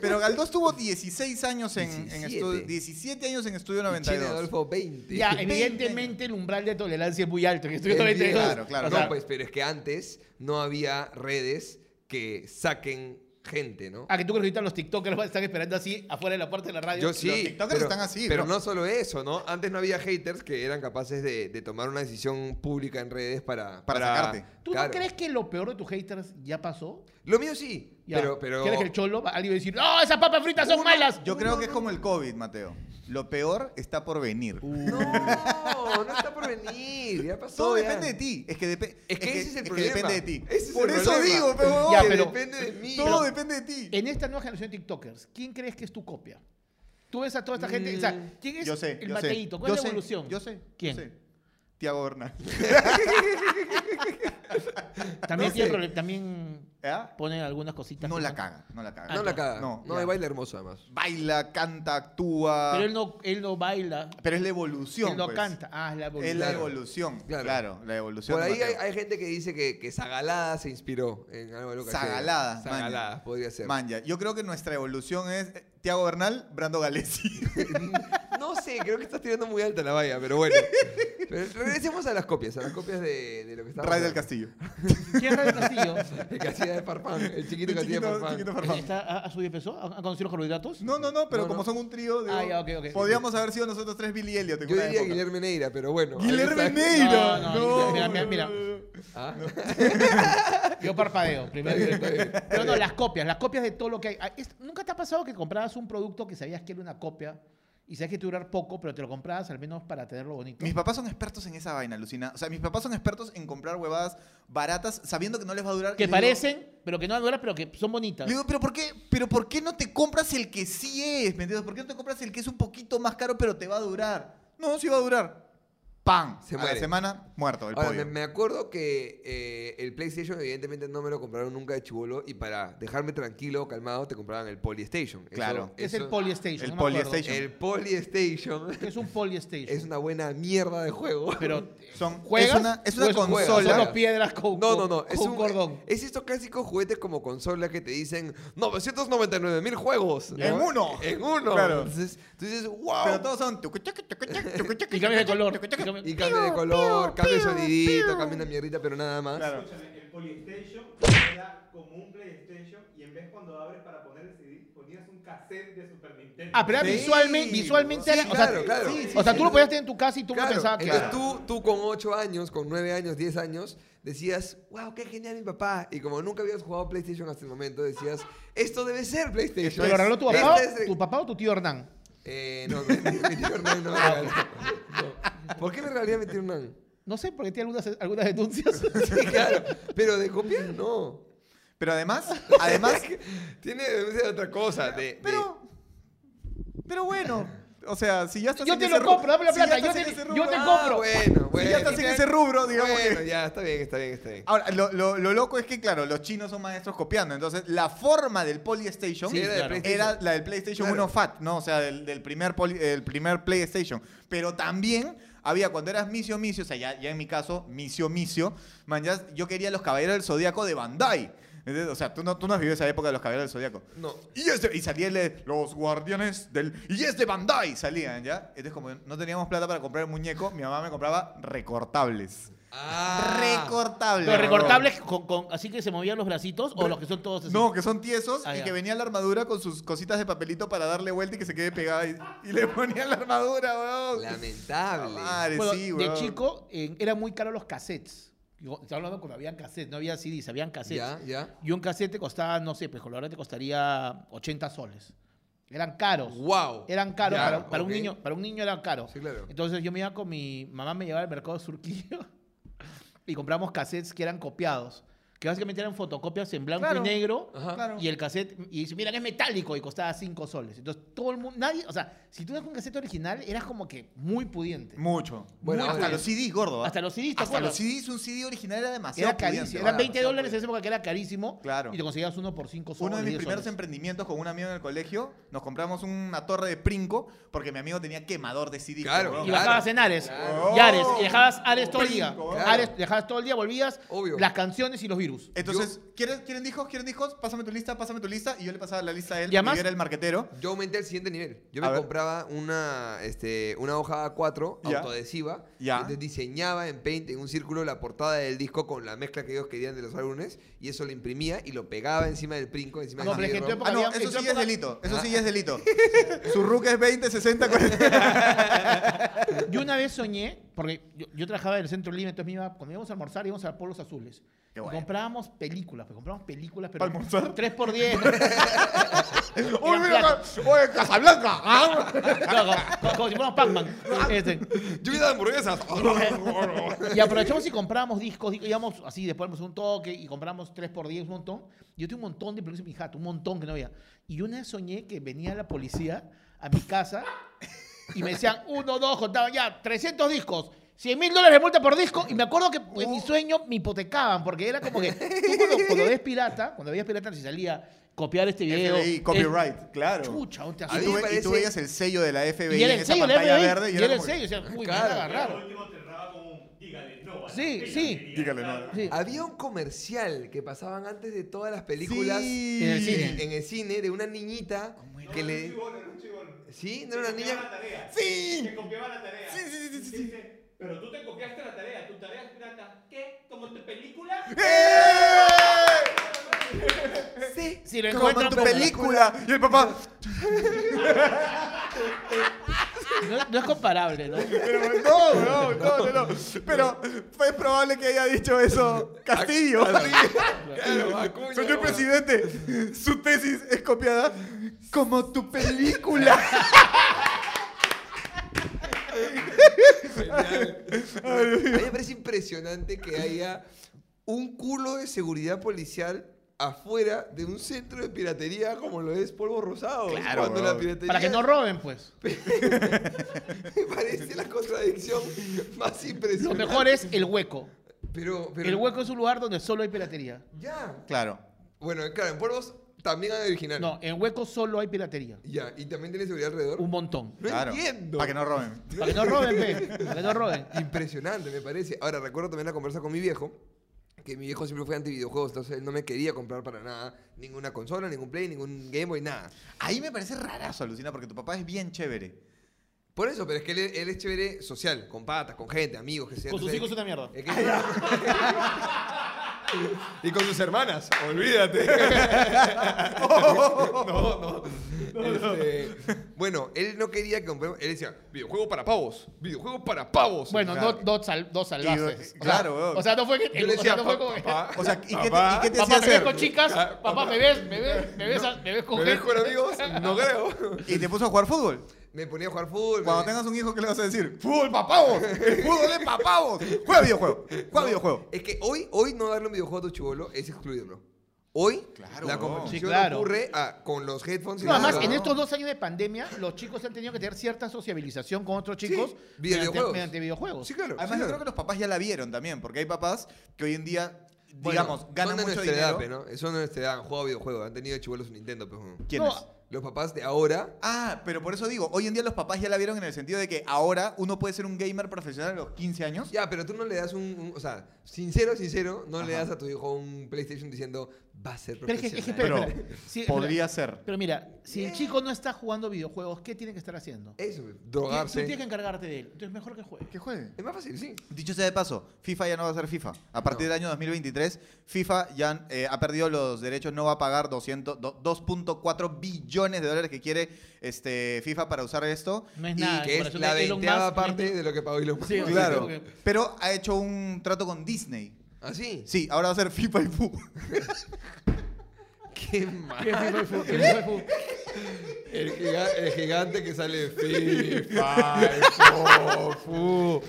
S2: Pero Galdós tuvo 16 años en, en
S3: 17.
S2: estudio, 17 años en Estudio
S3: Y Chino
S2: 92.
S3: Adolfo, 20.
S1: Ya,
S2: Veinte
S1: evidentemente el umbral de tolerancia es muy alto. Que estoy
S3: Es
S1: totalmente-
S3: bien.
S2: Claro, claro,
S1: O sea,
S3: No, pues, pero es que antes no había redes que saquen gente, ¿no?
S1: Ah, que tú crees que ahorita los TikTokers los están esperando así afuera de la puerta de la radio.
S3: Yo sí.
S2: tiktokers
S3: pero,
S2: están así,
S3: Pero
S2: bro.
S3: no solo eso, ¿no? Antes no había haters que eran capaces de, de tomar una decisión pública en redes para.
S2: Para sacarte.
S1: ¿Tú
S3: Claro.
S1: no crees que lo peor de tus haters ya pasó?
S3: Lo mío sí.
S1: Ya.
S3: Pero, pero.
S1: ¿Quieres que el cholo va- alguien va a decir, ¡No, esas papas fritas son malas!
S2: Yo creo que es como el COVID, Mateo. Lo peor está por venir.
S3: No, no está por venir. Ya pasó.
S2: Todo
S3: ya.
S2: depende de ti. Es que, depe-
S3: Es que ese es el
S2: que
S3: problema.
S2: depende de ti.
S3: Ese es
S2: por
S3: el
S2: eso
S3: problema.
S2: digo, pe, huevón,
S1: Ya,
S2: que
S1: pero-
S2: depende
S3: Depende de mí.
S2: todo
S3: Pero-
S2: depende de ti.
S1: En esta nueva generación de TikTokers, ¿quién crees que es tu copia? Tú ves a toda esta gente. O sea, ¿quién es
S2: Mm, Yo sé,
S1: el
S2: yo sé.
S1: Mateito? ¿Cuál
S2: Yo
S1: es
S2: sé,
S1: la evolución?
S2: Yo sé.
S1: ¿Quién?
S2: yo sé. Tiago Bernal.
S1: También,
S3: No
S1: tiene
S3: sé.
S1: problem- también
S2: ¿Ah?
S1: ponen algunas cositas.
S2: No
S1: que
S2: la caga, no la caga.
S3: Ah, No la
S1: ya.
S3: caga. No,
S2: No,
S3: no
S2: ya.
S3: y baila hermoso además.
S2: Baila, canta, actúa.
S1: Pero él no, él no baila,
S2: Pero es la evolución.
S1: él no
S2: pues.
S1: canta. Ah, es la
S2: Es
S1: evolución.
S2: la
S3: Claro.
S2: evolución.
S3: Claro.
S2: Claro, la evolución.
S3: Por
S2: de
S3: ahí hay,
S2: Mateo.
S3: hay gente que dice que, que Zagalada se inspiró en algo de lo que hacía.
S2: Zagalada, man.
S3: Zagalada, podría ser.
S2: Manja, yo creo que nuestra evolución es eh, Tiago Bernal, Brando Galesi.
S3: No sé, creo que estás tirando muy alta la valla, pero bueno. Pero regresemos a las copias, a las copias de, de lo que está
S2: Ray del Castillo.
S1: ¿Quién es Rayo Castillo?
S3: El que hacía de Farfán, el chiquito
S2: El
S3: que hacía de
S2: chiquito-
S3: Farfán.
S2: chiquito Farfán.
S1: ¿Está, ah, ha, ¿Ha subido peso? ¿Ha, ha conocido los carbohidratos?
S2: No, no, no, pero
S3: No,
S2: como
S3: no.
S2: son un trío, digo,
S1: Ah, ya, ok, ok.
S2: podríamos haber sido nosotros tres Billy Elliot. en
S3: Yo
S2: una
S3: diría
S2: época.
S3: Guillermo Neira, pero bueno. ahí
S2: Guillermo
S3: está.
S1: No,
S2: Neira. No,
S1: no, mira, mira, mira.
S3: Ah,
S1: Yo parpadeo. Primero.
S3: Está bien, está bien.
S1: Pero no, las copias, las copias de todo lo que hay. Ah, es- ¿Nunca te ha pasado que comprabas un producto que sabías que era una copia y sabías que te iba a durar poco, pero te lo comprabas al menos para tenerlo bonito?
S2: Mis papás son expertos en esa vaina, Lucina. O sea, mis papás son expertos en comprar huevadas baratas sabiendo que no les va a durar.
S1: Que
S2: Y le digo-
S1: parecen, pero que no van a durar, pero que son bonitas.
S2: Le digo, ¿pero por, qué, pero ¿por qué no te compras el que sí es? ¿Me entiendes? ¿Por qué no te compras el que es un poquito más caro, pero te va a durar? No, sí va a durar. ¡Pam!
S3: Se
S2: a
S3: muere.
S2: la semana, muerto el
S3: Ahora,
S2: pollo.
S3: me, me acuerdo que eh, el PlayStation, evidentemente, no me lo compraron nunca de chibolo y para dejarme tranquilo, calmado, te compraban el Polystation. Eso-
S2: Claro.
S1: es
S3: eso-
S1: el Polystation.
S2: el
S1: no me acuerdo.
S2: Polystation.
S3: El Polystation
S1: Es un Polystation.
S3: es una buena mierda de juego.
S1: Pero,
S2: Son,
S1: ¿Juegas? Pues
S2: Es una, es una
S1: ¿O es un
S3: juego?
S2: consola.
S1: son dos piedras con,
S3: No, no, no.
S1: con
S3: Es
S1: un
S3: un-
S1: cordón.
S3: Es estos clásicos juguetes como consola que te dicen 999 mil juegos. ¿no?
S2: En uno.
S3: En uno.
S2: Claro.
S3: Entonces tú dices, wow.
S2: Pero todos son. tucu, tucu, tucu, tucu, tucu, tucu,
S1: Y cambia de
S2: tucu,
S1: color.
S2: tucu, tucu.
S1: y cambia-
S3: Y cambia de color, cambia el sonidito, cambia una mierdita, pero nada más.
S2: Claro.
S4: Escúchame, el Polystation era como un PlayStation y en vez cuando abres para poner el CD, ponías un cassette de Super Nintendo.
S1: Ah, pero era
S2: Sí,
S1: visualmente, visualmente
S3: sí,
S1: era- o sea,
S3: claro, claro.
S1: o
S3: Sí,
S1: sea, tú lo podías tener en tu casa y tú
S3: Claro,
S1: no pensabas que
S3: entonces
S1: era.
S3: tú, tú con 8 años, con 9 años, 10 años, decías, wow, qué genial mi papá. Y como nunca habías jugado PlayStation hasta el momento, decías, esto debe ser PlayStation.
S1: ¿Te lo regaló tu
S3: Este
S1: papá,
S3: es-
S1: tu papá o tu tío Hernán?
S3: Eh, no, mi mi tío Hernán no me regaló. No. ¿Por qué le regalaría a mi tío Hernán?
S1: No sé, porque tiene algunas, algunas denuncias.
S3: Sí, claro. Pero de copiar, no.
S2: Pero además, además,
S3: Tiene denuncia de otra cosa. De, de-
S2: pero, pero bueno, o sea, si ya estás
S1: Yo
S2: en
S1: te
S2: ese
S1: lo
S2: rubro-
S1: compro, dame la
S2: si ya
S1: plata, yo
S2: estás en
S1: te-
S2: ese
S1: yo
S2: rubro-
S1: te
S2: Ah,
S1: compro.
S3: bueno, bueno.
S2: Si ya estás en ese rubro, digamos que-
S3: Bueno, ya, está bien, está bien, está bien.
S2: Ahora, lo, lo- lo loco es que, claro, los chinos son maestros copiando. Entonces, la forma del Polystation
S3: Sí, era del
S2: era,
S3: PlayStation.
S2: la del PlayStation
S3: Claro.
S2: 1 Fat, ¿no? O sea, del, del primer, Poly- el primer PlayStation. Pero también había, cuando eras Misio Misio, o sea, ya, ya en mi caso, Misio Misio, man, ya- yo quería los Caballeros del Zodíaco de Bandai. ¿Entiendes? O sea, tú no, tú no has vivido esa época de los Caballeros del Zodíaco.
S3: No.
S2: Y, es de- y salía el de los guardianes del... Y es de Bandai, salían, ¿ya? Entonces, como no teníamos plata para comprar el muñeco, mi mamá me compraba recortables.
S3: Ah.
S2: Recortable.
S1: Los
S2: huevón.
S1: recortables, con, con- así que se movían los bracitos o los que son todos así.
S2: No, que son tiesos
S1: Ah,
S2: y
S1: ya.
S2: que venía la armadura con sus cositas de papelito para darle vuelta y que se quede pegada. Y, y le ponían la armadura, weón.
S3: Ah, Lamentable.
S2: Madre,
S1: Bueno,
S2: sí,
S1: de
S2: huevón.
S1: chico eh, eran muy caros los cassettes. Yo, estaba hablando cuando habían cassettes, no había CDs, habían cassettes.
S3: Ya, ya.
S1: Y un cassette te costaba, no sé, pues ahora te costaría 80 soles. Eran caros.
S3: Wow.
S1: Eran caros
S3: Ya,
S1: para, para
S3: ok.
S1: un niño, para un niño eran caros.
S3: Sí, claro.
S1: Entonces yo me iba con mi mamá me llevaba al mercado de Surquillo y compramos cassettes que eran copiados, que básicamente eran fotocopias en blanco
S2: Claro.
S1: y negro.
S3: Ajá.
S2: Claro.
S1: Y el cassette, y dice, mira, que es metálico y costaba 5 soles. Entonces, todo el mundo, nadie, o sea, si tú eras un cassette original, eras como que muy pudiente.
S2: Mucho.
S3: Bueno,
S2: hasta
S3: ahora-
S2: los CDs, gordo. ¿ah?
S1: Hasta los CDs, ¿te
S2: Hasta los
S1: acuerdas?
S2: CDs, un CD original era demasiado
S1: Era
S2: pudiente,
S1: carísimo.
S2: huevón.
S1: Eran 20 dólares en esa época que era carísimo.
S2: Claro.
S1: Y te conseguías uno por 5 soles.
S2: Uno de mis
S1: 10
S2: primeros
S1: soles.
S2: emprendimientos con un amigo en el colegio, nos compramos una torre de princo porque mi amigo tenía quemador de CD.
S3: Claro,
S2: huevón.
S1: Y
S3: claro.
S1: bajabas en Ares.
S2: Claro.
S1: Y Ares. Y dejabas Ares todo el día.
S2: Brinco,
S3: claro.
S1: Ares, dejabas todo el día, volvías.
S3: Obvio.
S1: Las canciones y los virus.
S2: Entonces, ¿quieren, ¿quieren discos? ¿Quieren discos? Pásame tu lista, pásame tu lista. Y yo le pasaba la lista a él,
S1: Y además-
S2: porque yo era el marquetero.
S3: Yo aumenté al siguiente nivel. Yo
S2: A
S3: me
S2: ver.
S3: compraba una, este, una hoja A4
S2: Ya.
S3: autoadhesiva.
S2: Ya.
S3: Entonces diseñaba en Paint, en un círculo, la portada del disco con la mezcla que ellos querían de los álbumes. Y eso lo imprimía y lo pegaba encima del princo, encima
S1: No,
S3: del
S1: pero es que
S3: CD-ROM.
S1: en tu época-
S2: Ah, no,
S1: había-
S2: eso
S1: en tu
S2: sí es
S1: época-
S2: delito. Eso sí es delito. Su RUC es 20, 60, 40. eh.
S1: Yo una vez soñé, porque yo, yo trabajaba en el centro Lima, entonces me iba, cuando íbamos a almorzar íbamos a Polos Azules.
S2: Qué
S1: Y
S2: bueno.
S1: comprábamos películas, pues comprábamos películas, pero
S2: ¿Para almorzar?
S1: 3 por 10
S2: ¡Uy, mira! ¡Oye, Casablanca! ¡Ah!
S1: como, como si fuéramos Pac-Man. Este,
S3: Lluvia de hamburguesas.
S1: y aprovechamos y comprábamos discos, discos, íbamos así, después íbamos a un toque y compramos 3 por 10 un montón. Yo tengo un montón de películas en mi jato, un montón que no había. Y yo una vez soñé que venía la policía a mi casa y me decían, uno, dos, contaban ya, 300 discos. 100 mil dólares de multa por disco. Y me acuerdo que en mi sueño me hipotecaban, porque era como que tú cuando, cuando ves pirata, cuando veías pirata, si salía copiar este video.
S2: FBI,
S1: es-
S2: copyright, claro.
S1: eh, Chucha, ¿dónde te
S2: Y
S1: haces?
S2: tú,
S3: mí
S2: ve- y tú
S3: parece-
S2: veías el sello de la FBI
S1: Y era
S2: en
S1: el
S2: esa
S1: sello, el
S2: pantalla
S1: FBI,
S2: verde.
S1: y
S2: era
S1: era el
S2: como que-
S1: sello. O sea, uy,
S3: Claro.
S1: me van a
S6: Claro.
S1: agarrar.
S6: último cerraba con un dígale no. a la
S1: Sí,
S6: pena,
S1: sí.
S6: diría,
S2: Dígale,
S6: claro.
S2: no.
S1: Sí.
S3: Había un comercial que pasaban antes de todas las películas
S2: Sí.
S1: En el cine.
S3: en el cine de una niñita
S4: No,
S3: que
S4: era un
S3: le...
S4: chibolo, era un chibolo.
S3: ¿Sí?
S4: Que
S3: ¿No era una
S4: copiaba la
S3: niña?
S4: tarea.
S2: ¡Sí!
S4: Que copiaba la tarea.
S2: Sí, sí, sí, sí,
S4: Y dice, Pero tú te copiaste la tarea, tu tarea es pirata. ¿Qué? ¿Como tu película?
S2: ¡Eh!
S3: Sí.
S1: Si lo
S2: Como con
S1: encuentran,
S2: tu
S1: pues,
S2: película. Y el papá.
S1: No, no es comparable, ¿no?
S2: Pero, no, no, no, no, no. Pero es probable que haya dicho eso Castillo.
S3: Claro, Acuña,
S2: Señor
S3: bueno.
S2: presidente, su tesis es copiada como tu película.
S3: A mí me parece impresionante que haya un culo de seguridad policial afuera de un centro de piratería como lo es Polvo Rosado.
S2: Claro,
S3: Cuando
S2: bro.
S3: la piratería
S1: Para que no roben, pues.
S3: me parece la contradicción más
S1: Lo
S3: impresionante.
S1: mejor es el hueco.
S3: Pero, Pues pero
S1: El hueco es un lugar donde solo hay piratería.
S3: Ya.
S2: Claro.
S3: Bueno, claro, en Polvos también hay original.
S1: No, en hueco solo hay piratería.
S3: Ya, y también tiene seguridad alrededor.
S1: Un montón.
S3: No
S2: claro.
S3: entiendo.
S2: Para que no roben.
S1: Para que no roben, pe. Para que no roben.
S3: Impresionante, me parece. Ahora, recuerdo también la conversa con mi viejo, que mi viejo siempre fue anti videojuegos, entonces él no me quería comprar para nada ninguna consola, ningún Play, ningún Game Boy, nada.
S2: Ahí me parece rarazo, Alucina, porque tu papá es bien chévere.
S3: Por eso, pero es que él, él es chévere social, con patas, con gente, amigos, que sea.
S1: Con sus hijos
S3: entonces-
S1: es una mierda.
S3: es que- y con sus hermanas, olvídate. no, no. Este, bueno, él no quería que compremos. Él decía, videojuego para pavos, videojuego para pavos.
S1: Bueno,
S3: Claro. eh,
S1: no, dos, sal- dos salvajes.
S2: Y-
S1: O sea,
S2: claro, weón.
S1: O sea, no fue que.
S3: Yo le
S1: o sea,
S3: decía,
S1: no fue como-
S3: "Papá,
S2: O sea, ¿y qué te,
S3: Ah, papá,
S2: y qué te hacía
S1: Papá, ¿me ves
S2: hacer?
S1: con chicas? Papá, ¿me ves? ¿Me ves? ¿Me ves, a- me ves con
S3: Ah, ¿Me ves
S1: gente?
S3: con amigos? No creo.
S2: ¿Y te puso a jugar fútbol?
S3: Me ponía a jugar fútbol.
S2: Cuando
S3: me-
S2: tengas un hijo, ¿qué le vas a decir? ¡Fútbol papavos! ¡El fútbol es papavos! ¡Juega videojuego! ¡Juega videojuego!
S3: Es que hoy, hoy no darle un videojuego a tu chivolo es excluirlo. Hoy
S2: Claro,
S3: la
S2: huevón.
S3: conversación
S1: Sí, claro.
S3: ocurre ah, con los headphones. y
S1: No,
S3: la-
S1: además, en
S3: Ah.
S1: estos dos años de pandemia, los chicos han tenido que tener cierta sociabilización con otros chicos mediante,
S3: videojuegos.
S1: mediante videojuegos.
S3: Sí, claro.
S2: Además,
S3: sí,
S2: yo
S3: claro.
S2: creo que los papás ya la vieron también, porque hay papás que hoy en día,
S3: Bueno,
S2: digamos, ganan
S3: son de
S2: mucho
S3: nuestra edad,
S2: dinero.
S3: pe, ¿no? Son de nuestra edad, han jugado videojuegos, han tenido chivolos un Nintendo, pues. ¿no?
S2: ¿Quiénes?
S1: No,
S3: Los papás de ahora.
S2: Ah, pero por eso digo, hoy en día los papás ya la vieron en el sentido de que ahora uno puede ser un gamer profesional a los 15 años.
S3: Ya, pero tú no le das un. un- o sea, sincero, sincero, no le
S2: Ajá.
S3: das a tu hijo un PlayStation diciendo va a ser
S1: Pero es que- es que-
S3: profesional.
S1: espera,
S2: Pero
S1: espera. Sí,
S2: Podría
S1: espera.
S2: ser.
S1: Pero mira, si el chico no está jugando videojuegos, ¿qué tiene que estar haciendo?
S3: Eso,
S1: Tú
S3: drogarse.
S1: tienes que encargarte de él. Entonces mejor que juegue.
S2: ¿Qué juegue?
S3: Es más fácil, sí.
S2: Dicho sea de paso, FIFA ya no va a ser FIFA. A partir del año 2023, FIFA ya eh, ha perdido los derechos, no va a pagar 200 do- 2.4 billones de dólares que quiere este, FIFA para usar esto.
S1: No es
S2: Y
S1: nada. en
S3: Que es
S1: comparación
S3: la
S1: Ah, de Elon
S3: veinteava
S1: Musk,
S3: parte
S1: veinte-
S3: de lo que pagó Elon Musk.
S1: Sí, o sea,
S2: Claro.
S1: como que-
S2: Pero ha hecho un trato con Disney.
S3: ¿Ah, sí?
S2: Sí, ahora va a ser FIFA y Fu.
S3: Qué mal.
S1: ¿Qué FIFA y fu- qué FIFA y fu-
S3: El, giga- el gigante que sale de FIFA. Fofu.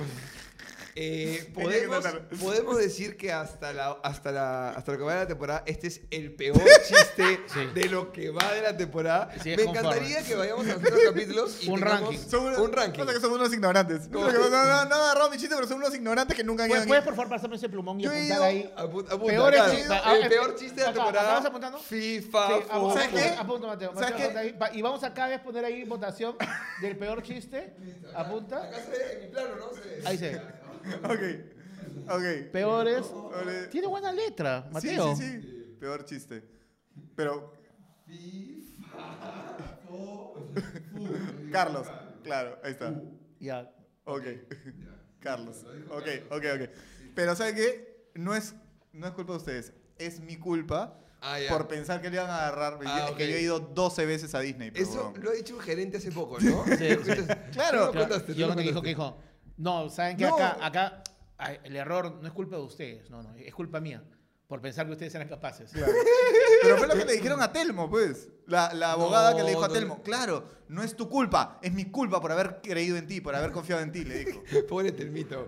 S3: Eh,
S2: que
S3: podemos,
S2: tratar.
S3: podemos decir que hasta, la, hasta, la, hasta lo que va de la temporada, este es el peor chiste de lo que va de la temporada.
S1: Sí, es
S3: Me
S1: conforme.
S3: encantaría que vayamos a otros capítulos y
S1: Un
S3: tengamos
S1: ranking.
S2: Son unos-
S3: Un ranking.
S2: Pasa que somos unos ignorantes. No, no, no, no, agarrado mi chiste, pero son unos ignorantes que nunca han ido
S1: ¿Puedes,
S2: aquí.
S1: puedes, por favor pasarme ese plumón y
S2: Yo he
S1: apuntar
S2: ido
S1: ahí?
S3: Apu- apunta,
S1: Peores
S3: claro.
S1: chistes.
S3: el
S1: Ah,
S3: peor chiste de la
S1: acá,
S3: temporada.
S1: acá, ¿vas apuntando?
S3: FIFA.
S1: Sí, ah,
S3: Fofu.
S1: apunta,
S2: ¿Sabes qué?
S1: Apunta, Mateo.
S2: ¿Sabes
S1: Mateo,
S2: qué?
S1: apunta ahí. Va- Y vamos acá a poner ahí votación del peor chiste. Apunta.
S3: Acá se ve en mi plano, ¿no? Se ve.
S1: Ahí se ve.
S2: Ok, ok.
S1: Peores.
S2: Ole.
S1: Tiene buena letra, Mateo.
S2: Sí, sí, sí. Peor chiste. Pero. Carlos, claro, ahí está.
S1: Ya.
S2: Ok. Carlos. Ok, ok, ok. Pero ¿sabe qué? No es, no es culpa de ustedes. Es mi culpa
S3: Ah, ya.
S2: por pensar que le iban a agarrar.
S3: Ah,
S2: Es
S3: ok.
S2: que yo he ido 12 veces a Disney. pero,
S3: Eso
S2: weón.
S3: lo ha dicho un gerente hace poco, ¿no?
S1: Sí.
S3: Claro.
S1: Claro, Yo no te dijo que dijo, no, ¿saben qué?
S2: No.
S1: Acá, acá ay, el error no es culpa de ustedes, no, no, es culpa mía por pensar que ustedes eran capaces.
S2: Claro. Pero fue lo que le dijeron a Telmo, pues. La, la abogada que le dijo a
S3: no,
S2: Telmo, claro, no es tu culpa, es mi culpa por haber creído en ti, por haber confiado en ti, le dijo.
S3: Pobre Telmito.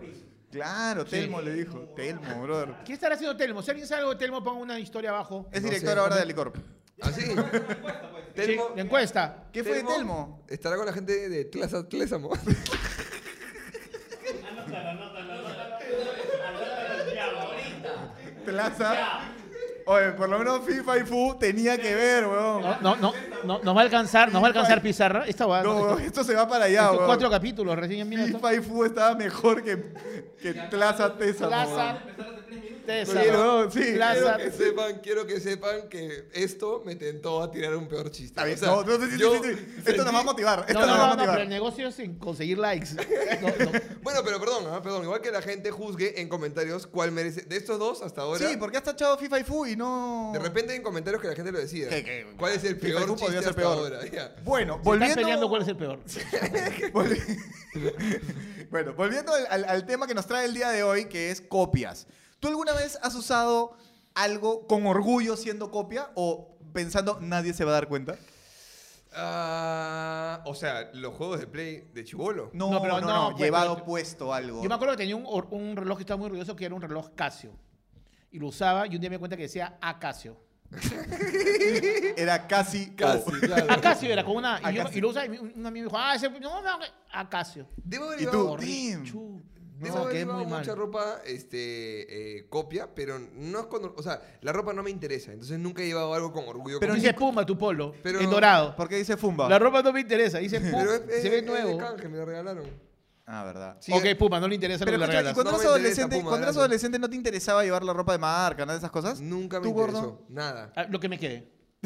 S2: Claro, Telmo le dijo. Telmo, brother.
S1: ¿Qué estará haciendo Telmo? Si alguien sabe algo de Telmo, ponga una historia abajo.
S2: Es
S3: No
S2: director
S3: sé.
S2: ahora de Licorp.
S3: ¿Así?
S1: Sí, la encuesta.
S2: ¿Qué pues. fue de Telmo?
S3: Estará con la gente de Tlasa- Tlésamo.
S6: Anótalo, anótalo, anótalo. Anótalo ya, ahorita.
S2: Plaza.
S6: Ya.
S2: Oye, por lo menos FIFA y FU tenía que ver, weón.
S1: No, no, no, no, nos va a alcanzar, nos va a alcanzar Pizarra. Esta va.
S2: No, weón,
S1: estos-
S2: esto se va para allá,
S1: estos cuatro
S2: weón.
S1: capítulos recién mira esto.
S2: FIFA y FU estaba mejor que, que Plaza Tesa.
S1: Plaza, Tesa,
S2: Quiero, sí,
S1: Plaza,
S3: Quiero que sepan, quiero que sepan que esto me tentó a tirar un peor chiste.
S2: Está bien,
S3: O sea,
S2: no, no, sí, sí,
S3: yo
S2: sí, sí. Esto nos va a
S3: sentí-
S2: motivar. Esto
S1: No,
S2: nos
S1: no,
S2: va
S1: no,
S2: a
S1: no, pero el
S2: motivar.
S1: negocio es sin conseguir likes. No, no.
S3: Bueno, pero perdón, ah, perdón. Igual que la gente juzgue en comentarios cuál merece. De estos dos hasta ahora.
S2: Sí, porque has tachado FIFA y FU y no.
S3: De repente en comentarios que la gente lo decida.
S2: ¿Qué, qué?
S3: ¿Cuál es el
S2: FIFA y
S3: peor
S2: Fu
S3: chiste
S2: podría
S3: hasta
S2: ser peor.
S3: ahora? Ya.
S2: Bueno,
S1: Se están peleando
S2: volviendo.
S1: cuál es el peor.
S2: Volvi- bueno, volviendo al, al- al tema que nos trae el día de hoy, que es copias. ¿Tú alguna vez has usado algo con orgullo siendo copia o pensando nadie se va a dar cuenta?
S3: Ah, o sea, los juegos de play de Chibolo.
S2: No,
S1: No,
S2: no,
S1: pero
S2: no,
S1: no, pues,
S2: llevado
S1: pero-
S2: puesto algo.
S1: Yo me acuerdo que tenía un, or- un reloj que estaba muy orgulloso, que era un reloj Casio. Y lo usaba y un día me di cuenta que decía Acasio.
S2: Era casi.
S3: Casi,
S2: o.
S3: claro.
S1: Acasio Ah, era como una... Y, yo-
S2: Acasio.
S1: y lo usaba y mi- un amigo dijo, ah, ese... No, no, Acasio.
S3: Debo
S2: Y
S3: haber
S2: tú,
S3: llevado- Mm.
S2: damn.
S1: Chu.
S3: Debo
S1: No,
S3: haber
S1: quedé
S3: llevado
S1: muy mal.
S3: mucha ropa este, eh, copia, pero no es cuando. O sea, la ropa no me interesa, entonces nunca he llevado algo con orgullo.
S1: Pero
S3: como-
S1: dice Puma tu polo,
S3: Pero-
S1: en dorado.
S2: ¿Por qué dice Fumba?
S1: La ropa no me interesa, dice Puma,
S3: Pero es,
S1: se
S3: es-
S1: ve
S3: es de
S1: nuevo.
S3: canje, me lo regalaron.
S2: Ah, verdad.
S3: Sí,
S1: ok, Puma, no le interesa
S2: Pero
S1: cuando la
S2: escucha, ¿y
S1: regalas.
S2: cuando
S3: No
S2: eras
S3: me interesa,
S2: adolescente,
S3: Puma,
S2: cuando eras
S3: gracias.
S2: adolescente no te interesaba llevar la ropa de marca, nada de esas cosas?
S3: Nunca me
S2: ¿Tú, gordo?
S3: interesó. Nada.
S1: Ah, Lo que me quede.
S3: Ah,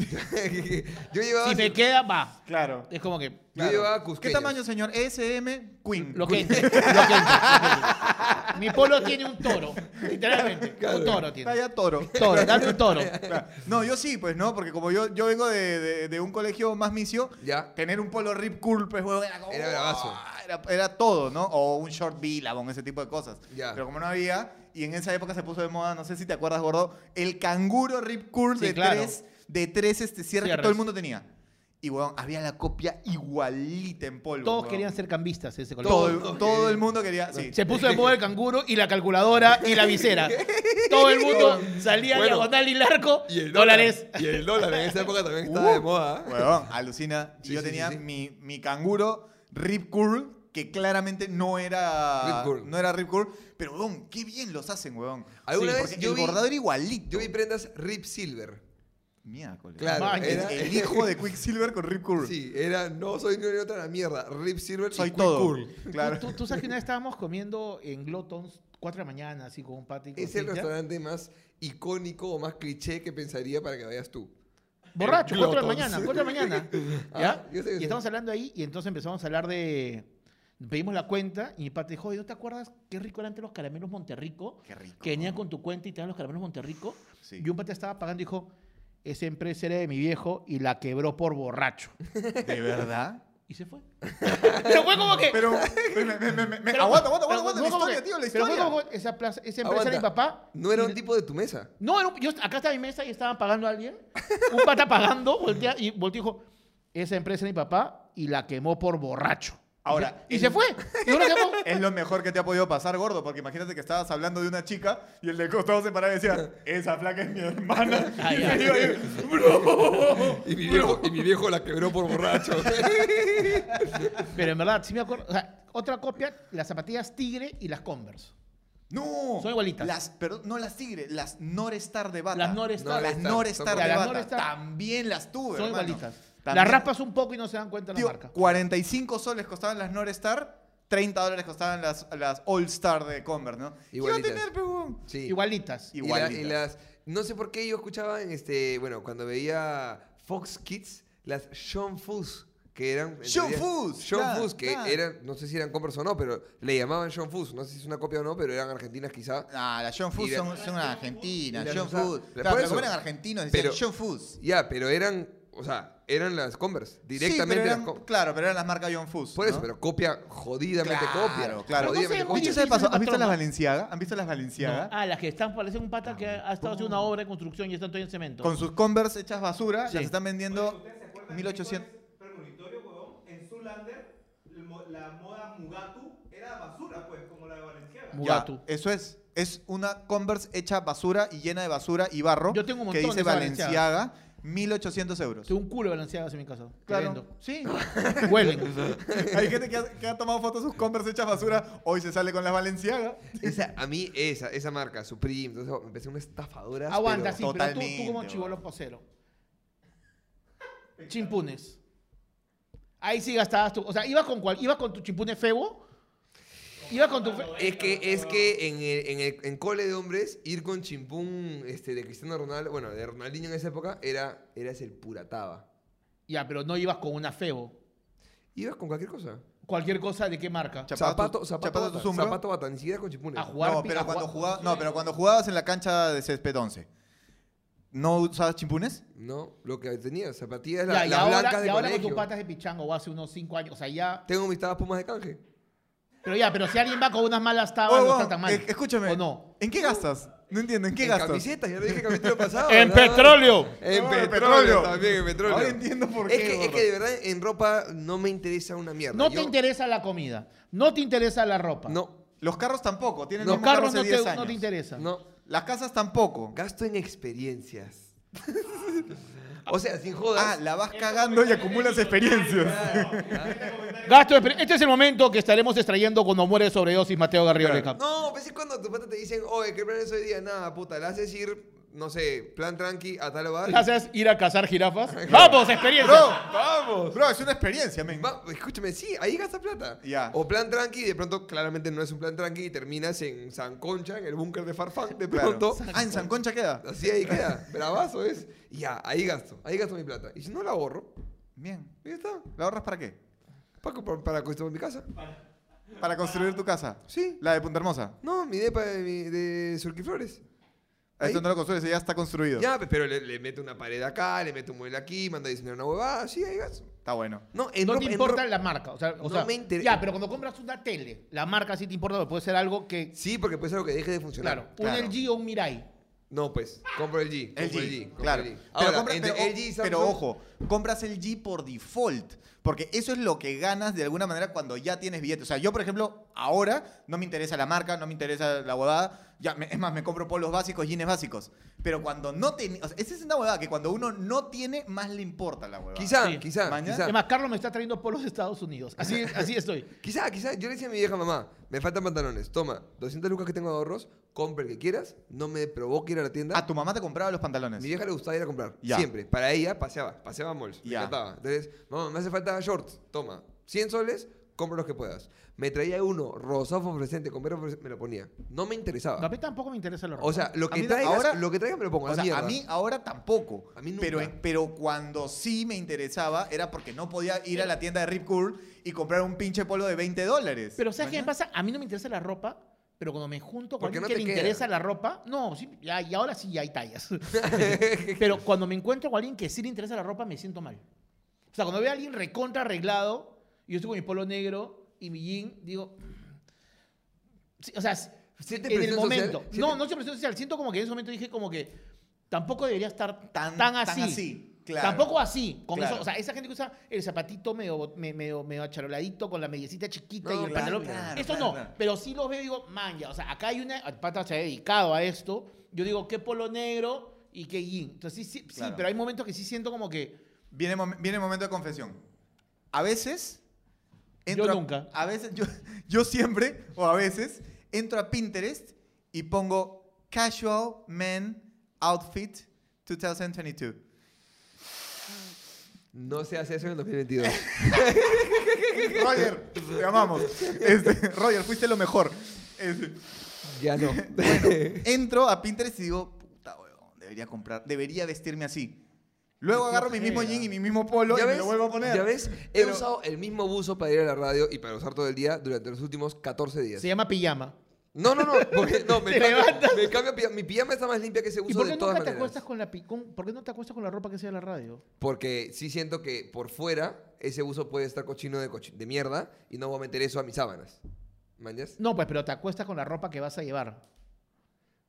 S3: yo llevaba.
S1: Si me queda, va.
S2: Claro.
S1: Es como que...
S3: Yo llevaba
S2: ¿Qué
S3: cusqueños.
S2: tamaño, señor? SM Queen.
S1: Lo que entre, lo que entre, lo que entre. Mi polo tiene un toro, literalmente.
S3: Claro.
S1: Un toro tiene.
S2: Talla toro.
S1: Toro, dame un toro.
S2: Claro. No, yo sí, pues, ¿no? Porque como yo, yo vengo de, de- de un colegio más micio,
S3: Ya.
S2: tener un polo rip cool, pues, huevón, era como...
S3: Era bravazo.
S2: Era, era todo, ¿no? O un short billabong, ese tipo de cosas.
S3: Ya.
S2: Pero como no había, y en esa época se puso de moda, no sé si te acuerdas, gordo, el canguro rip cool
S1: Sí,
S2: de
S1: claro.
S2: tres, de tres este, cierres que
S1: Cierres.
S2: todo el mundo tenía. Y, huevón, había la copia igualita en polvo.
S1: Todos
S2: huevón.
S1: querían ser cambistas ese color.
S2: Todo, el- todo el mundo quería... Sí.
S1: Se puso de moda el canguro y la calculadora y la visera. Todo el mundo salía
S3: Bueno.
S1: diagonal y largo.
S3: Y el dólar.
S1: dólares.
S3: Y el dólar en esa época también estaba de moda. ¿eh?
S2: Huevón, alucina. Y
S3: Sí,
S2: yo
S3: sí,
S2: tenía
S3: sí, sí.
S2: Mi, mi canguro Rip Curl, que claramente no era
S3: Rip Curl.
S2: no era Rip Curl, pero huevón, qué bien los hacen, huevón.
S3: Alguna
S2: Sí,
S3: vez
S2: porque
S3: yo
S2: el
S3: vi-
S2: bordado era igualito.
S3: Yo vi prendas Rip Silver.
S2: Miércoles. Ah,
S3: Claro,
S1: Man,
S2: El,
S3: era,
S2: el hijo de Quicksilver con Rip Curl.
S3: Sí, era no soy ni una ni otra la mierda. Rip Silver y
S2: Soy
S3: Quick
S2: todo.
S3: Cool.
S2: Claro.
S1: ¿Tú, tú sabes que una vez estábamos comiendo en Glotons 4 de la mañana, así con un pati. con
S3: Es el
S1: Cintia.
S3: restaurante más icónico o más cliché que pensaría para que vayas tú.
S1: Borracho, 4 de la
S3: Glotons.
S1: mañana, 4 de la mañana.
S3: Ah,
S1: ¿Ya?
S3: yo sé que
S1: y
S3: sí.
S1: estamos hablando ahí y entonces empezamos a hablar de... Pedimos la cuenta y mi pata dijo, "Oye, ¿no te acuerdas qué rico eran antes los caramelos Monterrico?
S2: Qué rico.
S1: Que
S3: Ah.
S1: venían con tu cuenta y te daban los caramelos Monterrico.
S2: Sí.
S1: Y un pata estaba pagando y dijo, esa empresa era de mi viejo y la quebró por borracho.
S2: ¿De verdad?
S1: Y se fue. Pero fue como que...
S2: Pero, me- me- me- me- me-
S1: pero-
S2: aguanta, aguanta,
S1: pero
S2: aguanta, aguanta,
S1: fue
S2: la
S1: como
S2: historia,
S1: que-
S2: tío, la
S1: pero fue
S2: historia.
S1: como que esa, plaza- esa empresa era de mi
S3: Aguanta.
S1: papá.
S3: No era
S1: y-
S3: un tipo de tu mesa.
S1: No, era un- yo, acá estaba mi mesa y estaban pagando a alguien. Un pata pagando, voltea y volteó y dijo, esa empresa es mi papá y la quemó por borracho.
S2: Ahora,
S1: Y se fue. Y ahora se fue.
S2: Es lo mejor que te ha podido pasar, gordo, porque imagínate que estabas hablando de una chica y el del costado se paraba y decía, esa flaca es mi hermana.
S1: Ah,
S2: y
S1: ya.
S2: yo digo, "Bro".
S3: Y mi viejo, y mi viejo la quebró por borracho.
S1: Pero en verdad, sí me acuerdo. O sea, otra copia, las zapatillas Tigre y las Converse.
S2: No.
S1: Son igualitas.
S2: Las, pero no las tigre, las Norestar de bata.
S1: Las Norestar.
S2: Las Norestar
S3: Ya,
S2: de
S1: las
S2: bata.
S1: Norestar.
S2: También las tuve,
S1: Son
S2: hermano.
S1: igualitas.
S2: También-
S1: Las raspas un poco y no se dan cuenta de
S2: Tío,
S1: la marca.
S2: 45 soles costaban las Norestar, 30 dólares costaban las, las All Star de Converse, ¿no? ¿Qué iba a
S3: Igualitas.
S2: tener, pegón?
S3: Sí.
S1: Igualitas.
S3: Y, la- y
S2: Igualitas.
S3: las. No sé por qué yo escuchaba en este. Bueno, cuando veía Fox Kids, las Sean Fus. Que eran. en
S2: Sean
S3: teoría-
S2: Fus,
S3: Sean
S2: claro,
S3: Fus, que
S2: claro.
S3: eran. No sé si eran compras o no, pero le llamaban Sean Fus. No sé si es una copia o no, pero eran argentinas quizá.
S2: Ah, las John Food
S3: Y la-
S2: son, son argentinas.
S3: y la-
S2: John
S3: o sea,
S2: Food.
S3: por
S2: Claro, pero
S3: eso.
S2: como eran argentinos, decían
S3: Pero-
S2: John Food.
S3: Ya, pero eran. O sea, eran las Converse. Directamente
S2: Sí, pero eran-
S3: las Con-
S2: Claro, pero eran las marcas John Food.
S3: Por eso, Pues, pero copia, jodidamente
S2: Claro,
S3: copia.
S2: claro.
S1: Pero no sé,
S3: Jodidamente
S1: muy
S2: Dicho
S3: copia.
S2: sea de paso, ¿has
S1: difícil
S2: visto las
S1: patrón.
S2: Valenciaga? ¿Han visto las Valenciaga?
S1: Ah, las que están, parece un pata que ha estado haciendo una obra de construcción y están todavía en cemento.
S2: Con sus Converse hechas basura,
S1: Sí.
S2: las están vendiendo
S4: ¿Ustedes se acuerdan de
S2: 1800.
S4: Nicolás Premonitorio, huevón? En Zulander, la moda Mugatu era basura, pues, como la de Valenciaga.
S1: Mu-
S2: Ya,
S1: Mugatu.
S2: eso es. Es una Converse hecha basura y llena de basura y barro.
S1: Yo tengo un
S2: Que
S1: montón de
S2: dice
S1: esas
S2: Valenciaga, 1800 euros.
S1: Tengo un culo de balanceadas en mi casa. que
S2: Claro.
S1: vendo.
S2: Sí.
S1: Huelen.
S2: Hay gente que ha, que ha tomado fotos de sus Converse hechas basura. Hoy se sale con las Valenciaga.
S3: Esa, a mí, esa, esa marca, Supreme. Entonces, oh, me empecé una estafadora.
S1: Aguanta, sí,
S3: pero-
S1: pero tú- tú,
S2: Totalmente,
S1: como
S2: weón.
S1: chivolo posero. Chimpunes. Ahí sí gastabas tú. O sea, ibas con cual, ibas con tu chimpune febo. Ibas con tu. fe-
S3: Es que, es que en, el- en, el- en cole de hombres, ir con chimpún este, de Cristiano Ronaldo, bueno, de Ronaldinho en esa época, era, eras el purataba.
S1: Ya, pero no ibas con una febo.
S3: Ibas con cualquier cosa.
S1: Cualquier cosa de qué marca.
S2: Chap-
S3: Zapato,
S2: tu-
S3: zapato,
S2: zapato
S3: bata,
S2: tu zumbro.
S3: zapato bata, ni siquiera con chimpunes.
S1: A jugar.
S2: No
S1: pi-
S2: pero,
S1: a
S2: cuando
S1: jugar-
S2: jugaba- no, pero cuando jugabas en la cancha de césped 11, ¿no usabas chimpunes?
S3: No, lo que tenías, zapatillas,
S1: Ya,
S3: la-
S1: y
S3: las blancas
S1: ahora,
S3: de
S1: y ahora con
S3: colegio.
S1: tus patas de pichango o hace unos 5 años. O sea, ya.
S3: Tengo mis tabas pumas de canje.
S1: Pero ya, pero si alguien va con unas malas tabas,
S2: Oye,
S1: Ah, no
S2: weón,
S1: está tan mal.
S2: eh, escúchame.
S1: ¿O no?
S2: ¿En qué gastas? No entiendo, ¿en qué
S3: en
S2: gastas?
S3: camisetas, ya lo dije el capítulo pasado.
S1: En
S3: nada más.
S1: petróleo.
S3: En
S2: No, en
S3: petróleo,
S2: petróleo.
S3: también, en petróleo.
S2: Ahora entiendo por
S3: Es
S2: qué,
S3: que, es
S2: gordo.
S3: que de verdad en ropa no me interesa una mierda.
S1: No te
S3: Yo-
S1: interesa la comida. No te interesa la ropa.
S3: No,
S2: Los carros tampoco, tienen
S1: Los
S2: el mismo carro
S1: carros no
S2: hace
S1: te,
S2: 10
S1: no
S2: años.
S1: te interesan.
S3: no.
S2: Las casas tampoco.
S3: Gasto en experiencias. o sea, sin jodas.
S2: Ah, la vas cagando y acumulas experiencias.
S1: Gasto de exper- Este es el momento que estaremos extrayendo cuando muere sobredosis Mateo Garrido Leca.
S3: No, pues es cuando tus patas te dicen, oye, ¿qué planes hoy día? Nada, puta, la haces ir, no sé, plan tranqui a tal bar.
S1: ¿Haces ir a cazar jirafas? ¡Vamos, experiencia!
S2: Bro, vamos. Bro, es una experiencia, men.
S3: Va- escúchame, sí, ahí gasta plata.
S2: Ya.
S3: O plan tranqui, de pronto claramente no es un plan tranqui y terminas en San Concha, en el búnker de Farfán, de
S2: Claro.
S3: pronto.
S2: Ah, en San Concha queda.
S3: Así ahí queda, bravazo es. Y ya, ahí gasto, ahí gasto mi plata. Y si no la ahorro,
S2: Bien.
S3: ya está.
S2: ¿La ahorras para qué?
S3: Pa- pa- Para, construir mi casa.
S2: Para construir tu casa.
S3: Sí.
S2: La de Punta Hermosa.
S3: No, mi depa de, mi- de Surquiflores. Ahí.
S2: Esto no lo construyes, ya está construido.
S3: Ya, pe- pero le, le mete una pared acá, le mete un mueble aquí, manda a diseñar una huevada, sí, ahí gasto.
S2: Está bueno.
S3: No, en
S1: No
S3: ropa-
S1: te
S3: en
S1: importa
S3: ropa-
S1: la marca. O sea, o
S3: No
S1: sea,
S3: me interesa.
S1: Ya, pero cuando compras una tele, la marca sí te importa, porque puede ser algo que.
S3: Sí, porque puede ser algo que deje de funcionar.
S1: Claro,
S2: Claro.
S1: un LG o un Mirai.
S3: No, pues, compro el G.
S2: El
S3: compro
S2: G,
S3: compro
S2: claro.
S3: el G.
S2: Pero,
S3: Ahora,
S2: compras-
S3: entre
S2: pero,
S3: el G y Samsung,
S2: pero ojo, compras el G por default, porque eso es lo que ganas de alguna manera cuando ya tienes billetes. O sea, yo, por ejemplo, ahora no me interesa la marca, no me interesa la huevada, Ya, me- es más, me compro polos básicos, jeans básicos. Pero cuando no tiene. O sea, esa es una huevada que cuando uno no tiene, más le importa la huevada.
S3: Quizá,
S1: Sí.
S3: quizá,
S2: Mañana-
S3: quizá.
S1: Además, Carlos me está trayendo polos de Estados Unidos. Así, así estoy.
S3: Quizá, quizá, yo le decía a mi vieja mamá, me faltan pantalones, toma, 200 lucas que tengo de ahorros, compra el que quieras, no me provoque ir a la tienda.
S2: A tu mamá te compraba los pantalones.
S3: Mi vieja le gustaba ir a comprar,
S2: Ya.
S3: siempre. Para ella, paseaba, paseaba a malls, me
S2: Ya.
S3: encantaba. Entonces, mamá, me hace falta shorts, toma, 100 soles, compra los que puedas. Me traía uno, rosado fluorescente, con verde fluorescente, me lo ponía. No me
S1: A
S3: interesaba.
S1: mí tampoco me interesa la ropa.
S3: O sea, lo
S2: A
S3: que
S2: mí no-
S3: traigas,
S2: ahora-
S3: lo que traigas me lo pongo, a
S2: O
S3: la
S2: sea, a
S3: mierda.
S2: mí ahora tampoco.
S3: A mí nunca.
S2: Pero, pero cuando sí me interesaba era porque no podía ir a la tienda de Rip Curl y comprar un pinche polo de 20 dólares.
S1: Pero ¿sabes qué me
S2: Mañana-
S1: pasa? A mí no me interesa la ropa, pero cuando me junto con
S3: Porque
S1: alguien
S3: no
S1: que
S3: te
S1: le
S3: queda.
S1: interesa la ropa, no, sí, ya, y ahora sí ya hay tallas. pero cuando me encuentro con alguien que sí le interesa la ropa, me siento mal. O sea, cuando veo a alguien recontra arreglado, y yo estoy con mi polo negro y mi jean, digo... sí, o sea,
S3: ¿Sientes
S1: en el
S3: presión social?
S1: momento.
S3: ¿Sientes-
S1: No, no se presión social. Siento como que en ese momento dije como que tampoco debería estar
S2: Tan-
S1: tan,
S2: tan
S1: así.
S2: así, claro.
S1: Tampoco así. Con
S2: Claro.
S1: eso, o sea, esa gente que usa el zapatito medio, bot- me- medio, medio acharoladito con la mediecita chiquita
S3: No,
S1: y el
S2: claro,
S1: pantalón.
S2: claro,
S1: eso
S2: claro,
S1: no,
S2: claro.
S1: pero sí los veo y digo, man, ya, o sea, acá hay una, el pata se ha dedicado a esto. Yo digo, qué polo negro y qué jean. Entonces sí, sí, sí,
S2: Claro.
S1: pero hay momentos que sí siento como que...
S2: Viene, mom- viene el momento de confesión. A veces. entro
S1: Yo
S2: a-
S1: nunca.
S2: A, veces, yo, yo siempre, o a veces, entro a Pinterest y pongo Casual Men Outfit 2022.
S3: No se hace eso en el 2022.
S2: Roger, te amamos. Este, Roger, fuiste lo mejor. Este,
S3: ya no.
S2: entro a Pinterest y digo, puta weón, debería comprar, debería vestirme así. Luego agarro mi mismo jean y mi mismo polo y
S3: ¿Ya
S2: me lo vuelvo a poner.
S3: ¿Ya ves? He
S2: Pero-
S3: usado el mismo buzo para ir a la radio y para usar todo el día durante los últimos 14 días.
S1: Se llama pijama.
S3: No, no, no. porque- no, me
S1: Te
S3: cambio,
S1: levantas.
S3: me cambio pijama. Mi pijama está más limpia que ese
S1: ¿Y
S3: uso
S1: por qué
S3: de
S1: nunca
S3: todas
S1: te
S3: maneras.
S1: acuestas con la pi- con- ¿Por qué no te acuestas con la ropa que sea de la radio?
S3: Porque sí siento que por fuera ese uso puede estar cochino de, cochi- de mierda y no voy a meter eso a mis sábanas. ¿Mañas?
S1: No, pues, pero te acuestas con la ropa que vas a llevar.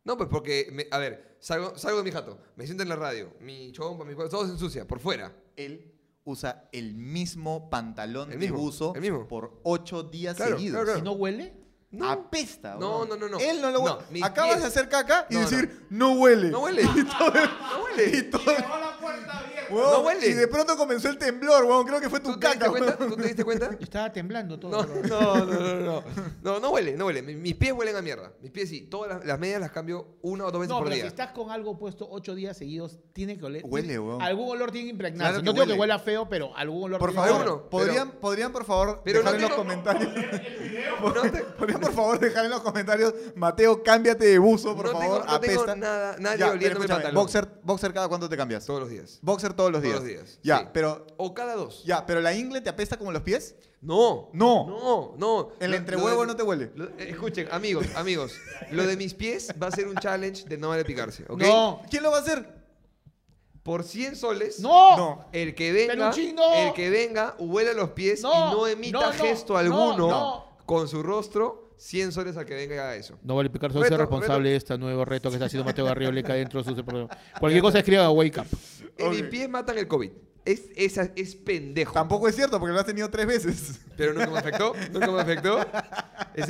S3: No, pues porque, me- a ver, salgo, salgo de mi jato, me siento en la radio, mi chompa, mi cuerpo, todo se ensucia, por fuera.
S2: Él usa el mismo pantalón
S3: El
S2: de
S3: mismo,
S2: buzo
S3: el mismo.
S2: por ocho días
S3: Claro,
S2: seguidos.
S3: claro, claro.
S1: ¿Y no huele?
S2: Apesta.
S3: No,
S2: weón.
S3: no, no, no.
S2: Él no lo
S3: No,
S2: huele.
S3: mis
S2: Acabas
S3: pies.
S2: de hacer caca y
S3: No, no.
S2: decir, no. huele.
S3: No huele. no
S2: Y
S3: huele.
S2: todo-
S4: Dejó la puerta abierta.
S2: weón,
S3: No huele.
S2: Y de pronto comenzó el temblor, weón. Creo que fue tu
S3: ¿Tú te diste
S2: caca,
S3: cuenta?
S2: weón.
S3: ¿Tú te diste cuenta?
S1: Yo estaba temblando todo.
S3: No,
S1: pero-
S3: no, no, no, no. No, no huele, no huele. Mi- Mis pies huelen a mierda. Mis pies sí. Todas las, las medias las cambio una o dos veces
S1: No,
S3: por
S1: pero
S3: día.
S1: si estás con algo puesto ocho días seguidos, tiene que oler.
S2: Huele,
S1: tiene-
S2: weón.
S1: Algún olor tiene que impregnarse.
S2: Claro que
S1: no digo
S2: huele.
S1: que huela feo, pero algún olor
S2: Por
S1: tiene
S2: favor,
S1: que oler.
S3: Alguno, pero-
S2: ¿podrían, podrían, por favor,
S3: Pero
S2: dejar
S3: no
S2: en los
S3: tengo-
S2: comentarios.
S6: El video
S3: No, te-
S2: Podrían, por favor, dejar en los comentarios, Mateo, cámbiate de buzo, por
S3: no tengo-
S2: favor,
S3: no tengo
S2: apesta.
S3: nada, nadie
S2: Ya, pero
S3: oliendo mi
S2: escúchame,
S3: pantalón.
S2: boxer, boxer, ¿cada cuánto te cambias?
S3: Todos los días.
S2: Boxer todos los días.
S3: Todos los días,
S2: Ya,
S3: sí.
S2: pero
S3: O cada dos.
S2: ya, pero la ingle te apesta como los pies?
S3: No.
S2: No.
S3: No, no.
S2: El
S3: Lo-
S2: entrehuevo
S3: lo de-
S2: no te huele.
S3: lo- eh, escuchen, amigos, amigos. Lo de mis pies va a ser un challenge de no vale picarse, ¿ok?
S1: No.
S2: ¿Quién lo va a hacer?
S3: Por 100 soles.
S1: ¡No!
S2: No.
S3: El que venga,
S1: ¡Peluchino!
S3: el que venga, huela los pies
S1: No,
S3: y no emita
S1: no, no,
S3: gesto
S1: no,
S3: alguno
S1: no.
S3: con su rostro, 100 soles al que venga y haga eso.
S1: No vale picar
S3: Reto, responsable
S1: de este nuevo reto que está haciendo Mateo Garrioleca dentro de su programa. Cualquier cosa escriba a Wake Up.
S3: Eh,
S2: Ok.
S3: Mis pies matan el COVID. Es, esa- es pendejo.
S2: Tampoco es cierto, porque lo has tenido tres veces.
S3: Pero nunca me afectó, nunca me afectó. Esa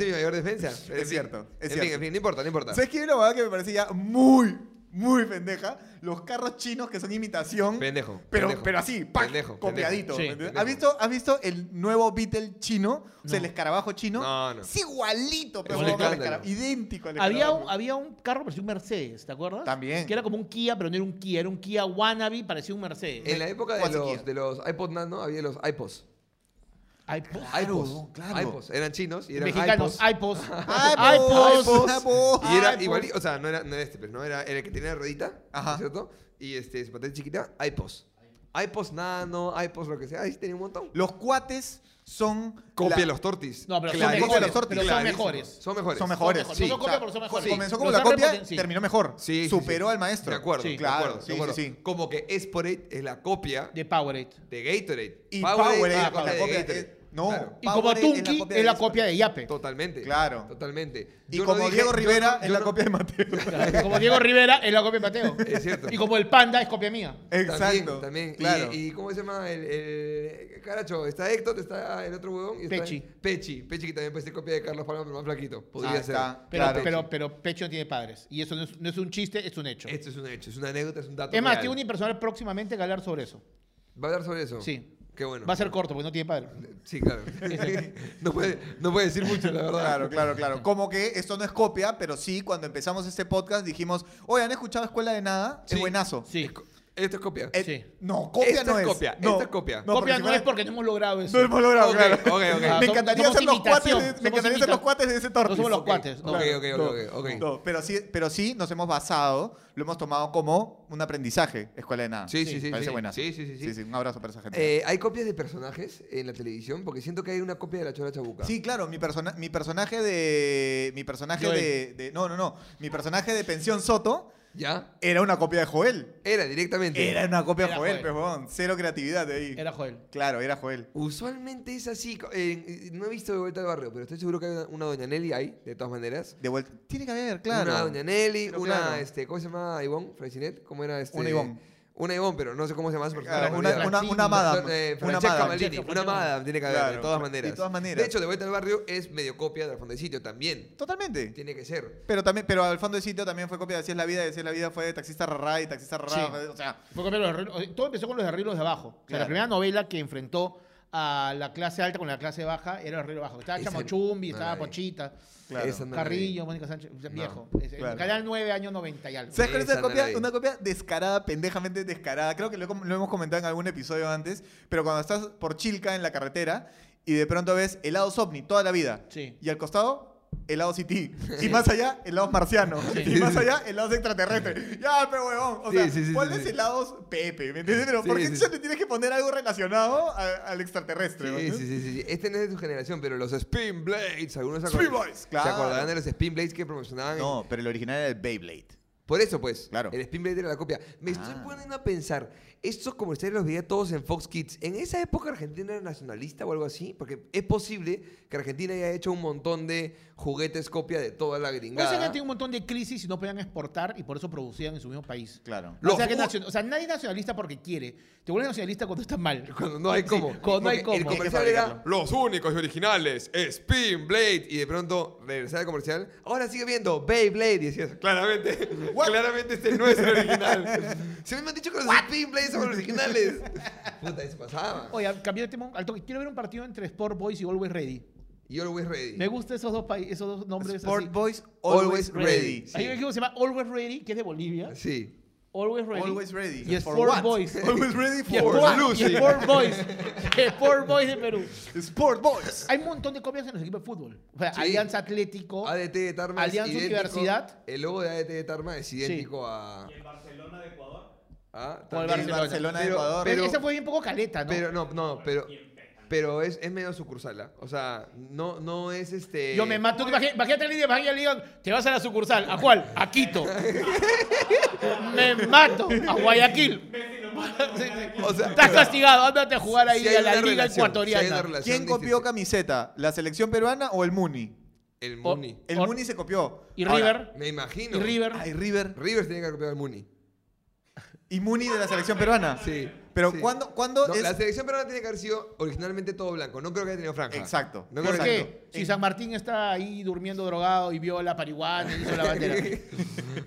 S3: es mi mayor defensa. Es
S2: cierto, es
S3: en fin,
S2: cierto.
S3: en fin, no importa, no importa.
S2: ¿Sabes qué? Una huevada que me parecía muy, muy pendeja. Los carros chinos que son imitación.
S3: Pendejo.
S2: Pero,
S3: pendejo.
S2: pero así, ¡pac!
S3: Pendejo,
S1: pendejo.
S2: copiadito. ¿me
S1: Sí,
S2: entiendes?
S3: pendejo.
S2: ¿Has visto, ¿Has visto el nuevo Beatle chino? O sea, el
S1: No.
S2: escarabajo chino.
S3: No, no.
S2: Es igualito, pero
S3: un
S2: como que el
S3: escándalo.
S2: escara- idéntico al
S1: Había un,
S2: escarabajo.
S1: había un carro parecía un Mercedes, ¿te acuerdas?
S2: También.
S1: Que era como un Kia, pero no era un Kia, era un Kia wannabe, parecía un Mercedes.
S3: En la época de
S2: Cuasi
S3: los,
S2: Kia.
S3: de los iPod Nano había los iPods.
S1: Ay, po-
S3: iPods.
S2: no, claro.
S3: iPods. pues, Eran chinos y eran
S1: mexicanos,
S3: iPods.
S1: iPods.
S2: iPods,
S1: iPods.
S2: iPods.
S3: Y era
S2: iPods.
S3: igualito, o sea, no era, no era este, pero no era, era el que tenía la ruedita,
S2: pues. Ajá.
S3: ¿no es ¿cierto? Y este, su pantalla chiquita, iPods. iPods nano, iPods, lo que sea, ahí sí tenía un montón.
S2: Los cuates son.
S3: Copia
S2: la-
S3: los tortis.
S1: No, pero son
S3: Clarísimo.
S2: mejores,
S3: Los tortis,
S2: pero son
S3: clarísimo.
S1: mejores.
S3: Son mejores.
S2: Son mejores.
S1: mejores.
S2: sí.
S1: No son copias,
S2: O sea,
S1: pero son mejores.
S2: Comenzó
S1: Sí.
S2: como
S1: Los
S2: la
S1: han
S2: copia,
S1: repoten- sí.
S2: terminó mejor.
S3: Sí, sí,
S2: Superó
S3: sí.
S2: al maestro.
S3: De acuerdo,
S1: Sí.
S3: de
S2: Claro,
S3: acuerdo, de
S2: sí,
S3: acuerdo.
S2: sí, sí.
S3: Como que Sporade es la copia
S1: De
S3: de,
S1: Powerade.
S3: Gatorade.
S2: Y
S3: Powerade
S2: Powerade
S3: es
S2: es
S3: la
S2: la
S3: copia de
S2: copia-
S3: Gatorade.
S2: eh, No,
S3: Claro.
S1: Y como
S2: Powerade
S1: Tunki es la copia,
S2: de
S1: de Yape.
S3: Totalmente.
S2: Claro.
S3: Totalmente.
S2: Y
S3: Yo no
S2: como
S3: dije-
S2: Diego
S3: yo-
S2: Rivera
S3: yo
S2: es la
S3: no-
S2: copia de Mateo.
S1: Claro, Como Diego Rivera es la copia de Mateo.
S3: Es cierto.
S1: Y como el Panda es copia mía.
S2: Exacto.
S3: También, también.
S2: Claro.
S3: Y, y ¿cómo se llama? El, el- Caracho, está Héctor, está el otro huevón. Y está-
S1: Pechi.
S3: Pechi. Pechi, que también puede ser copia de Carlos Palma, pero más flaquito. Podría
S2: Ah,
S3: ser.
S2: está.
S1: Pero,
S2: Claro.
S1: pero, pero Pecho no tiene padres. Y eso no es, no es un chiste, es un hecho.
S3: Esto es un hecho, es una anécdota, es un dato.
S1: Es más,
S3: real.
S1: tiene un impersonal próximamente que hablar sobre eso.
S3: ¿Va a hablar sobre eso?
S1: Sí.
S3: Qué bueno.
S1: Va a ser corto porque no tiene padres.
S3: Sí, claro. no, puede, no puede decir mucho, la verdad.
S2: Claro, claro, claro. Como que esto no es copia, pero sí, cuando empezamos este podcast dijimos, oye, ¿han escuchado Escuela de Nada?
S3: Sí.
S2: Es buenazo.
S1: Sí.
S3: Esto es copia.
S2: Eh,
S1: Sí.
S2: No, copia
S3: Esta
S2: no
S3: es
S2: es.
S3: copia,
S2: No,
S3: esta es copia.
S1: copia
S2: si
S1: no
S2: fuera-
S1: es porque no hemos logrado eso.
S2: No hemos logrado,
S3: Ok,
S2: claro.
S3: ok, ok.
S1: Ah,
S2: Me
S1: som-
S2: encantaría
S1: somos
S2: ser los cuates,
S1: imitación,
S2: de-
S1: somos
S2: me encantaría ser
S1: imita-
S2: los cuates de ese tortis.
S1: No somos los
S2: Ok.
S1: cuates, no.
S3: Ok,
S2: Claro,
S3: ok, ok,
S2: no,
S3: ok, ok.
S2: no, pero sí, pero sí nos hemos basado, lo hemos tomado como un aprendizaje, Escuela de Nada.
S3: Sí, sí, sí,
S2: Parece
S3: sí.
S2: buenazo.
S3: Sí, sí, sí, sí.
S2: Un abrazo para esa gente.
S3: Eh, ¿Hay copias de personajes en la televisión? Porque siento que hay una copia de la Chora Chabuca.
S2: Sí, claro, mi, persona, mi personaje de. Mi personaje
S1: Joel.
S2: de, de- No, no, no. Mi personaje de Pensión Soto
S3: ¿Ya?
S2: era una copia de Joel.
S3: Era directamente.
S2: Era una copia
S1: Era
S2: de Joel,
S1: Joel.
S2: pejón. Cero creatividad de ahí.
S1: Era Joel.
S2: Claro, era Joel.
S3: Usualmente es así. co- eh, eh, no he visto de vuelta al barrio, pero estoy seguro que hay una, una Doña Nelly ahí, de todas maneras.
S2: De vuelta. Tiene que haber, claro.
S3: Una Doña Nelly,
S2: Pero
S3: una,
S2: claro.
S3: este, ¿cómo se llama? Ivonne, Fraisinet, ¿cómo era este?
S2: Una Ivonne.
S3: Una Ivonne, pero no sé cómo se llama su personaje,
S2: Claro,
S3: me
S2: una,
S3: olvidé.
S2: una, una madame.
S3: Eh,
S2: una
S3: Francesca
S2: madame.
S3: Maldini,
S1: Francesca,
S3: una
S1: Francesca.
S3: madame, tiene que haber, de
S2: Claro,
S3: todas
S2: de
S3: maneras.
S2: todas maneras.
S3: De hecho, de vuelta al barrio es medio copia de Alfonso de Sitio también.
S2: Totalmente.
S3: Tiene que ser.
S2: Pero también, pero al fondo de sitio también fue copia de Así es la vida, de Así es la vida fue de taxista rarra y taxista
S1: Sí.
S2: rarra. fue- O sea,
S1: Fue copiar los arreglos- o sea, todo empezó con los arreglos de abajo. O sea,
S2: Claro.
S1: la primera novela que enfrentó a la clase alta con la clase baja era el arreglo bajo. Estaba
S3: Esa-
S1: Chamochumbi,
S3: no
S1: estaba
S3: la vi.
S1: Pochita,
S2: Claro.
S3: Esa no la
S1: Carrillo, Mónica Sánchez, viejo. Es-
S2: Claro.
S1: Canal 9, año 90 y algo.
S2: ¿Sabes cuál es una
S3: Esa no la
S2: copia?
S3: vi.
S2: Una copia descarada, pendejamente descarada. Creo que lo, he com- lo hemos comentado en algún episodio antes, pero cuando estás por Chilca en la carretera y de pronto ves helados ovni toda la vida.
S1: Sí.
S2: Y al costado, helados IT. Y más allá, helados marcianos.
S1: Sí.
S2: Y más allá, helados extraterrestres. Ya, pero huevón. O
S3: Sí,
S2: sea,
S3: sí, sí,
S2: ¿cuál
S3: sí,
S2: es
S3: sí.
S2: helados Pepe? ¿Me entiendes? Pero ¿por
S3: Sí,
S2: qué
S3: sí,
S2: se
S3: sí.
S2: le tienes que poner algo relacionado a- al extraterrestre?
S3: Sí,
S2: ¿no?
S3: sí, sí, sí, sí. Este no es de tu generación, pero los Spin Blades, algunos se
S2: Spin
S3: acordarán-
S2: Blades, claro.
S3: se acordarán de los Spin Blades que promocionaban. en-
S2: No, pero el original era el Beyblade.
S3: Por eso, pues,
S2: Claro.
S3: el Spin Blade era la copia. Me estoy
S2: Ah.
S3: poniendo a pensar, estos comerciales los veía todos en Fox Kids. ¿En esa época Argentina era nacionalista o algo así? Porque es posible que Argentina haya hecho un montón de juguetes copia de toda la
S1: Por eso Pues es que
S3: gringada.
S1: tiene un montón de crisis y no podían exportar y por eso producían en su mismo país.
S2: Claro.
S1: O
S3: Los
S1: sea, que
S3: ju-
S1: nacion- o sea, nadie es nacionalista porque quiere. Te vuelves nacionalista cuando estás mal.
S3: Cuando no hay
S1: Sí,
S3: cómo.
S1: cuando no hay
S3: Porque
S1: cómo.
S3: El
S1: Hay que
S3: comercial era los únicos y originales, Spin Blade. Y de pronto regresaba al comercial. Ahora sigue viendo Beyblade. Y decías, claramente, claramente este no es el original. Se me han dicho que los Spin Blades son los originales. Puta, eso pasaba.
S1: Oye, cambié de tema al toque. Quiero ver un partido entre Sport Boys y Always Ready.
S3: Y Always Ready.
S1: Me gustan esos dos, países, esos dos nombres.
S2: Sport
S1: así.
S2: Boys
S3: Always
S2: Always
S3: Ready.
S2: Ready.
S1: Hay un equipo que se llama Always Ready, que es de Bolivia.
S3: Sí.
S1: Always Ready.
S2: Always ready.
S1: Y
S2: For
S1: Sport
S2: what?
S1: Boys.
S2: Always ready
S1: Y
S2: for
S1: Sport, y
S3: losing.
S1: Sport Boys. Sport Boys de Perú.
S2: Sport Boys.
S1: Hay un montón de copias en los equipos de fútbol. O sea,
S3: Sí.
S1: Alianza Atlético.
S3: ADT de Tarma. es
S1: Alianza
S3: idéntico-
S1: Universidad.
S3: El logo de ADT de Tarma es idéntico a.
S4: Y el Barcelona de Ecuador.
S3: a
S1: Con el
S3: también-
S1: Barcelona.
S2: de
S3: Pero-
S2: Ecuador.
S1: pero,
S3: pero-
S1: esa fue bien poco caleta, ¿no?
S3: Pero no, no, pero. Pero es, es medio sucursala. O sea, no, no es este.
S1: Yo me mato. Imagínate imagínate la línea, imagínate la liga. Te vas a la sucursal. ¿A cuál? A Quito. me mato. A Guayaquil. Sí, sí.
S3: O sea,
S1: Estás castigado. Ándate a jugar ahí
S3: si hay
S1: a la
S3: una
S1: liga
S3: relación, si hay una
S1: ecuatoriana.
S3: relación
S2: ¿Quién copió
S3: distinta.
S2: camiseta? ¿La selección peruana o el Muni?
S3: El Muni.
S2: El
S1: Or-
S2: Muni se copió.
S1: Y
S2: Ahora,
S1: River.
S3: Me imagino.
S1: Oh. Y River.
S2: Ay, River.
S3: Rivers tenía que haber copiado al Muni.
S2: Y Muni de la selección peruana.
S3: Sí.
S2: Pero
S3: sí.
S2: ¿cuándo, cuándo
S3: No,
S2: es...?
S3: La selección peruana tiene que haber sido originalmente todo blanco. No creo que haya tenido franja.
S2: Exacto.
S3: No creo
S1: ¿Por
S3: que-
S1: qué? Si San Martín está ahí durmiendo drogado y vio la parihuana y hizo la bandera.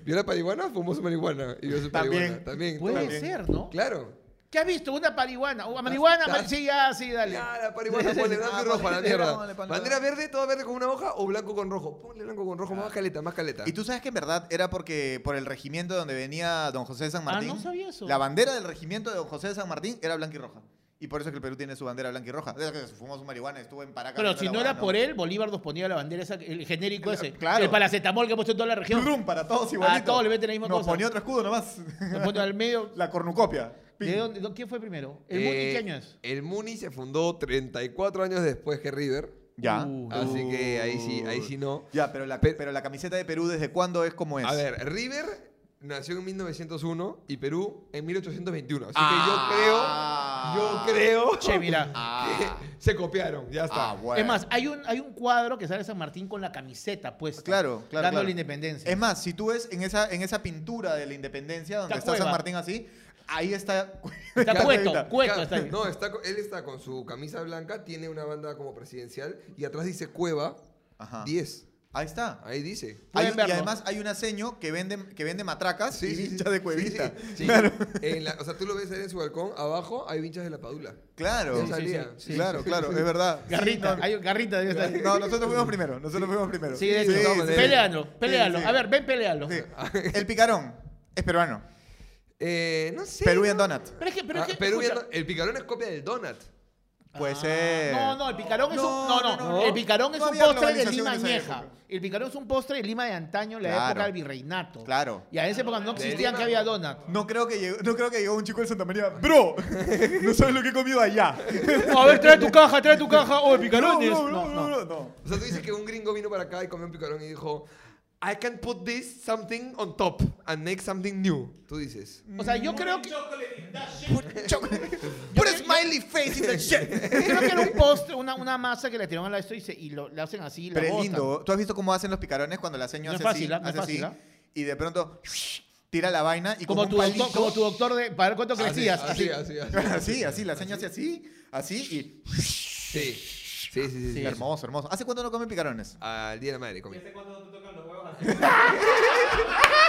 S3: ¿Vio la parihuana? Fumó su marihuana. Y vio su
S2: También.
S3: parihuana. También.
S1: Puede
S3: todo.
S1: ser, ¿no?
S3: Claro.
S1: ¿Qué has visto? Una parihuana. ¿Una marihuana?
S3: Las-
S1: Sí, ya, sí, dale.
S3: Ya, la parihuana, ponle blanco
S2: Ah,
S3: y rojo a la
S2: ponle
S3: mierda.
S2: blanco, ponle blanco.
S3: Bandera verde, toda verde con una hoja o blanco con rojo. Ponle blanco con rojo, más caleta, más caleta.
S2: Y tú sabes que en verdad era porque por el regimiento donde venía don José de San Martín.
S1: Ah, no sabía eso.
S2: La bandera del regimiento de don José de San Martín era blanca y roja. Y por eso es que el Perú tiene su bandera blanca y roja. Desde que se fumó su marihuana, estuvo en Paracas.
S1: Pero
S2: viendo
S1: si
S2: la
S1: no
S2: huevada,
S1: era por él, Bolívar nos ponía la bandera esa, el genérico
S2: Cla-
S1: ese.
S2: claro.
S1: El paracetamol que ha puesto en toda la región.
S2: Plum, para todos igualito.
S1: Ah, todos le meten la misma
S2: Nos
S1: cosa.
S2: ponía otro escudo nomás.
S1: Nos pone al medio.
S2: la cornucopia. Pin.
S1: ¿De dónde, dó- ¿Quién fue primero? ¿El Muni
S3: Eh,
S1: qué año es?
S3: El Muni se fundó 34 años después que River.
S2: Ya.
S1: Uh.
S3: Así que ahí sí, ahí sí no.
S2: Ya, pero la,
S3: Pe-
S2: pero la camiseta de Perú, ¿desde cuándo es
S1: Pues.
S2: como es?
S3: A ver, River nació en 1901 y Perú en 1821. Así que yo creo Yo creo
S1: Ah. Che, mira.
S2: Ah,
S3: que se copiaron, ya está.
S2: ah, bueno.
S1: Es más, hay un, hay un cuadro que sale San Martín con la camiseta puesta.
S2: Claro, claro,
S1: Dando
S2: claro.
S1: la independencia.
S2: Es más, si tú ves en esa, en esa pintura de la independencia donde está
S1: Cacueva.
S2: San Martín así, ahí está.
S1: está cueto,
S2: Cuevita.
S1: cueto.
S3: Ca-
S1: Está ahí.
S3: no, está, co- él está con su camisa blanca, tiene una banda como presidencial y atrás dice Cueva
S1: Ah.
S2: Ajá.
S3: 10.
S2: Ahí está.
S3: Ahí dice.
S2: Hay
S1: Pueden
S2: un- y
S1: verlo.
S2: además hay un aceño que vende, que vende matracas y hincha de cuevita.
S3: Sí, sí, sí. En la- o sea, tú lo ves ahí en su balcón, abajo hay vinchas de la padula.
S2: Claro,
S3: Sí, sí,
S1: sí,
S2: sí, claro, claro, es verdad. Sí,
S1: Garrita,
S2: no,
S1: hay un- garrita debe estar ahí.
S2: no, nosotros fuimos primero, nosotros fuimos primero.
S1: Sí, de hecho.
S3: sí, sí.
S1: pelealo, pelealo.
S2: sí.
S1: A ver, ven, pelealo.
S2: sí. El picarón es peruano.
S3: Eh, no sé.
S2: Peruvian Donut.
S1: Pero es que, pero es
S3: Ah,
S1: que,
S3: Peruvian
S1: escucha.
S3: Donut. el picarón es copia del donut.
S2: Puede
S1: Ah,
S2: ser.
S1: No, no, el picarón es un. No, no,
S2: no, no.
S1: El picarón es
S2: No
S1: un
S2: había
S1: postre de
S2: globalización
S1: Lima
S2: en esa
S1: añeja.
S2: época.
S1: El picarón es un postre de Lima de antaño, la
S2: Claro.
S1: época del virreinato.
S2: Claro.
S1: Y a esa época no existían
S3: Lima.
S1: que había donut.
S2: No creo, que llegó, no creo que llegó un chico de Santa María. Bro, no sabes lo que he comido allá.
S1: A ver, trae tu caja, trae tu caja. Oh, el
S2: No,
S1: picarón es.
S2: no, no, no, no, no.
S3: O sea, tú dices que un gringo vino para acá y comió un picarón y dijo, I can put this something on top and make something new. Tú dices.
S1: O sea, yo creo que.
S6: Chocolate, that shit.
S2: Put a smiley face in the shit.
S1: Yo creo que era un postre, una, una masa que le tiraron a esto y, se, y lo, le hacen así. la
S2: Pero es
S1: botan.
S2: lindo. ¿eh? ¿Tú has visto cómo hacen los picarones cuando la señora
S1: No es
S2: hace
S1: fácil, ¿ah?
S2: así,
S1: No es
S2: hace así,
S1: fácil,
S2: y de pronto tira la vaina y
S1: Como
S2: como,
S1: tu,
S2: un palito,
S1: doctor, como tu doctor de. Para ver cuánto
S3: Así,
S1: crecías.
S3: así,
S1: Así.
S3: así, así.
S2: así, así, la señora hace así, así y
S3: Sí. Sí, sí, sí. sí.
S2: hermoso, hermoso. ¿Hace cuánto no comen picarones?
S3: Al día de la madre comí.
S4: Ya sé cuándo no te tocan los huevos así.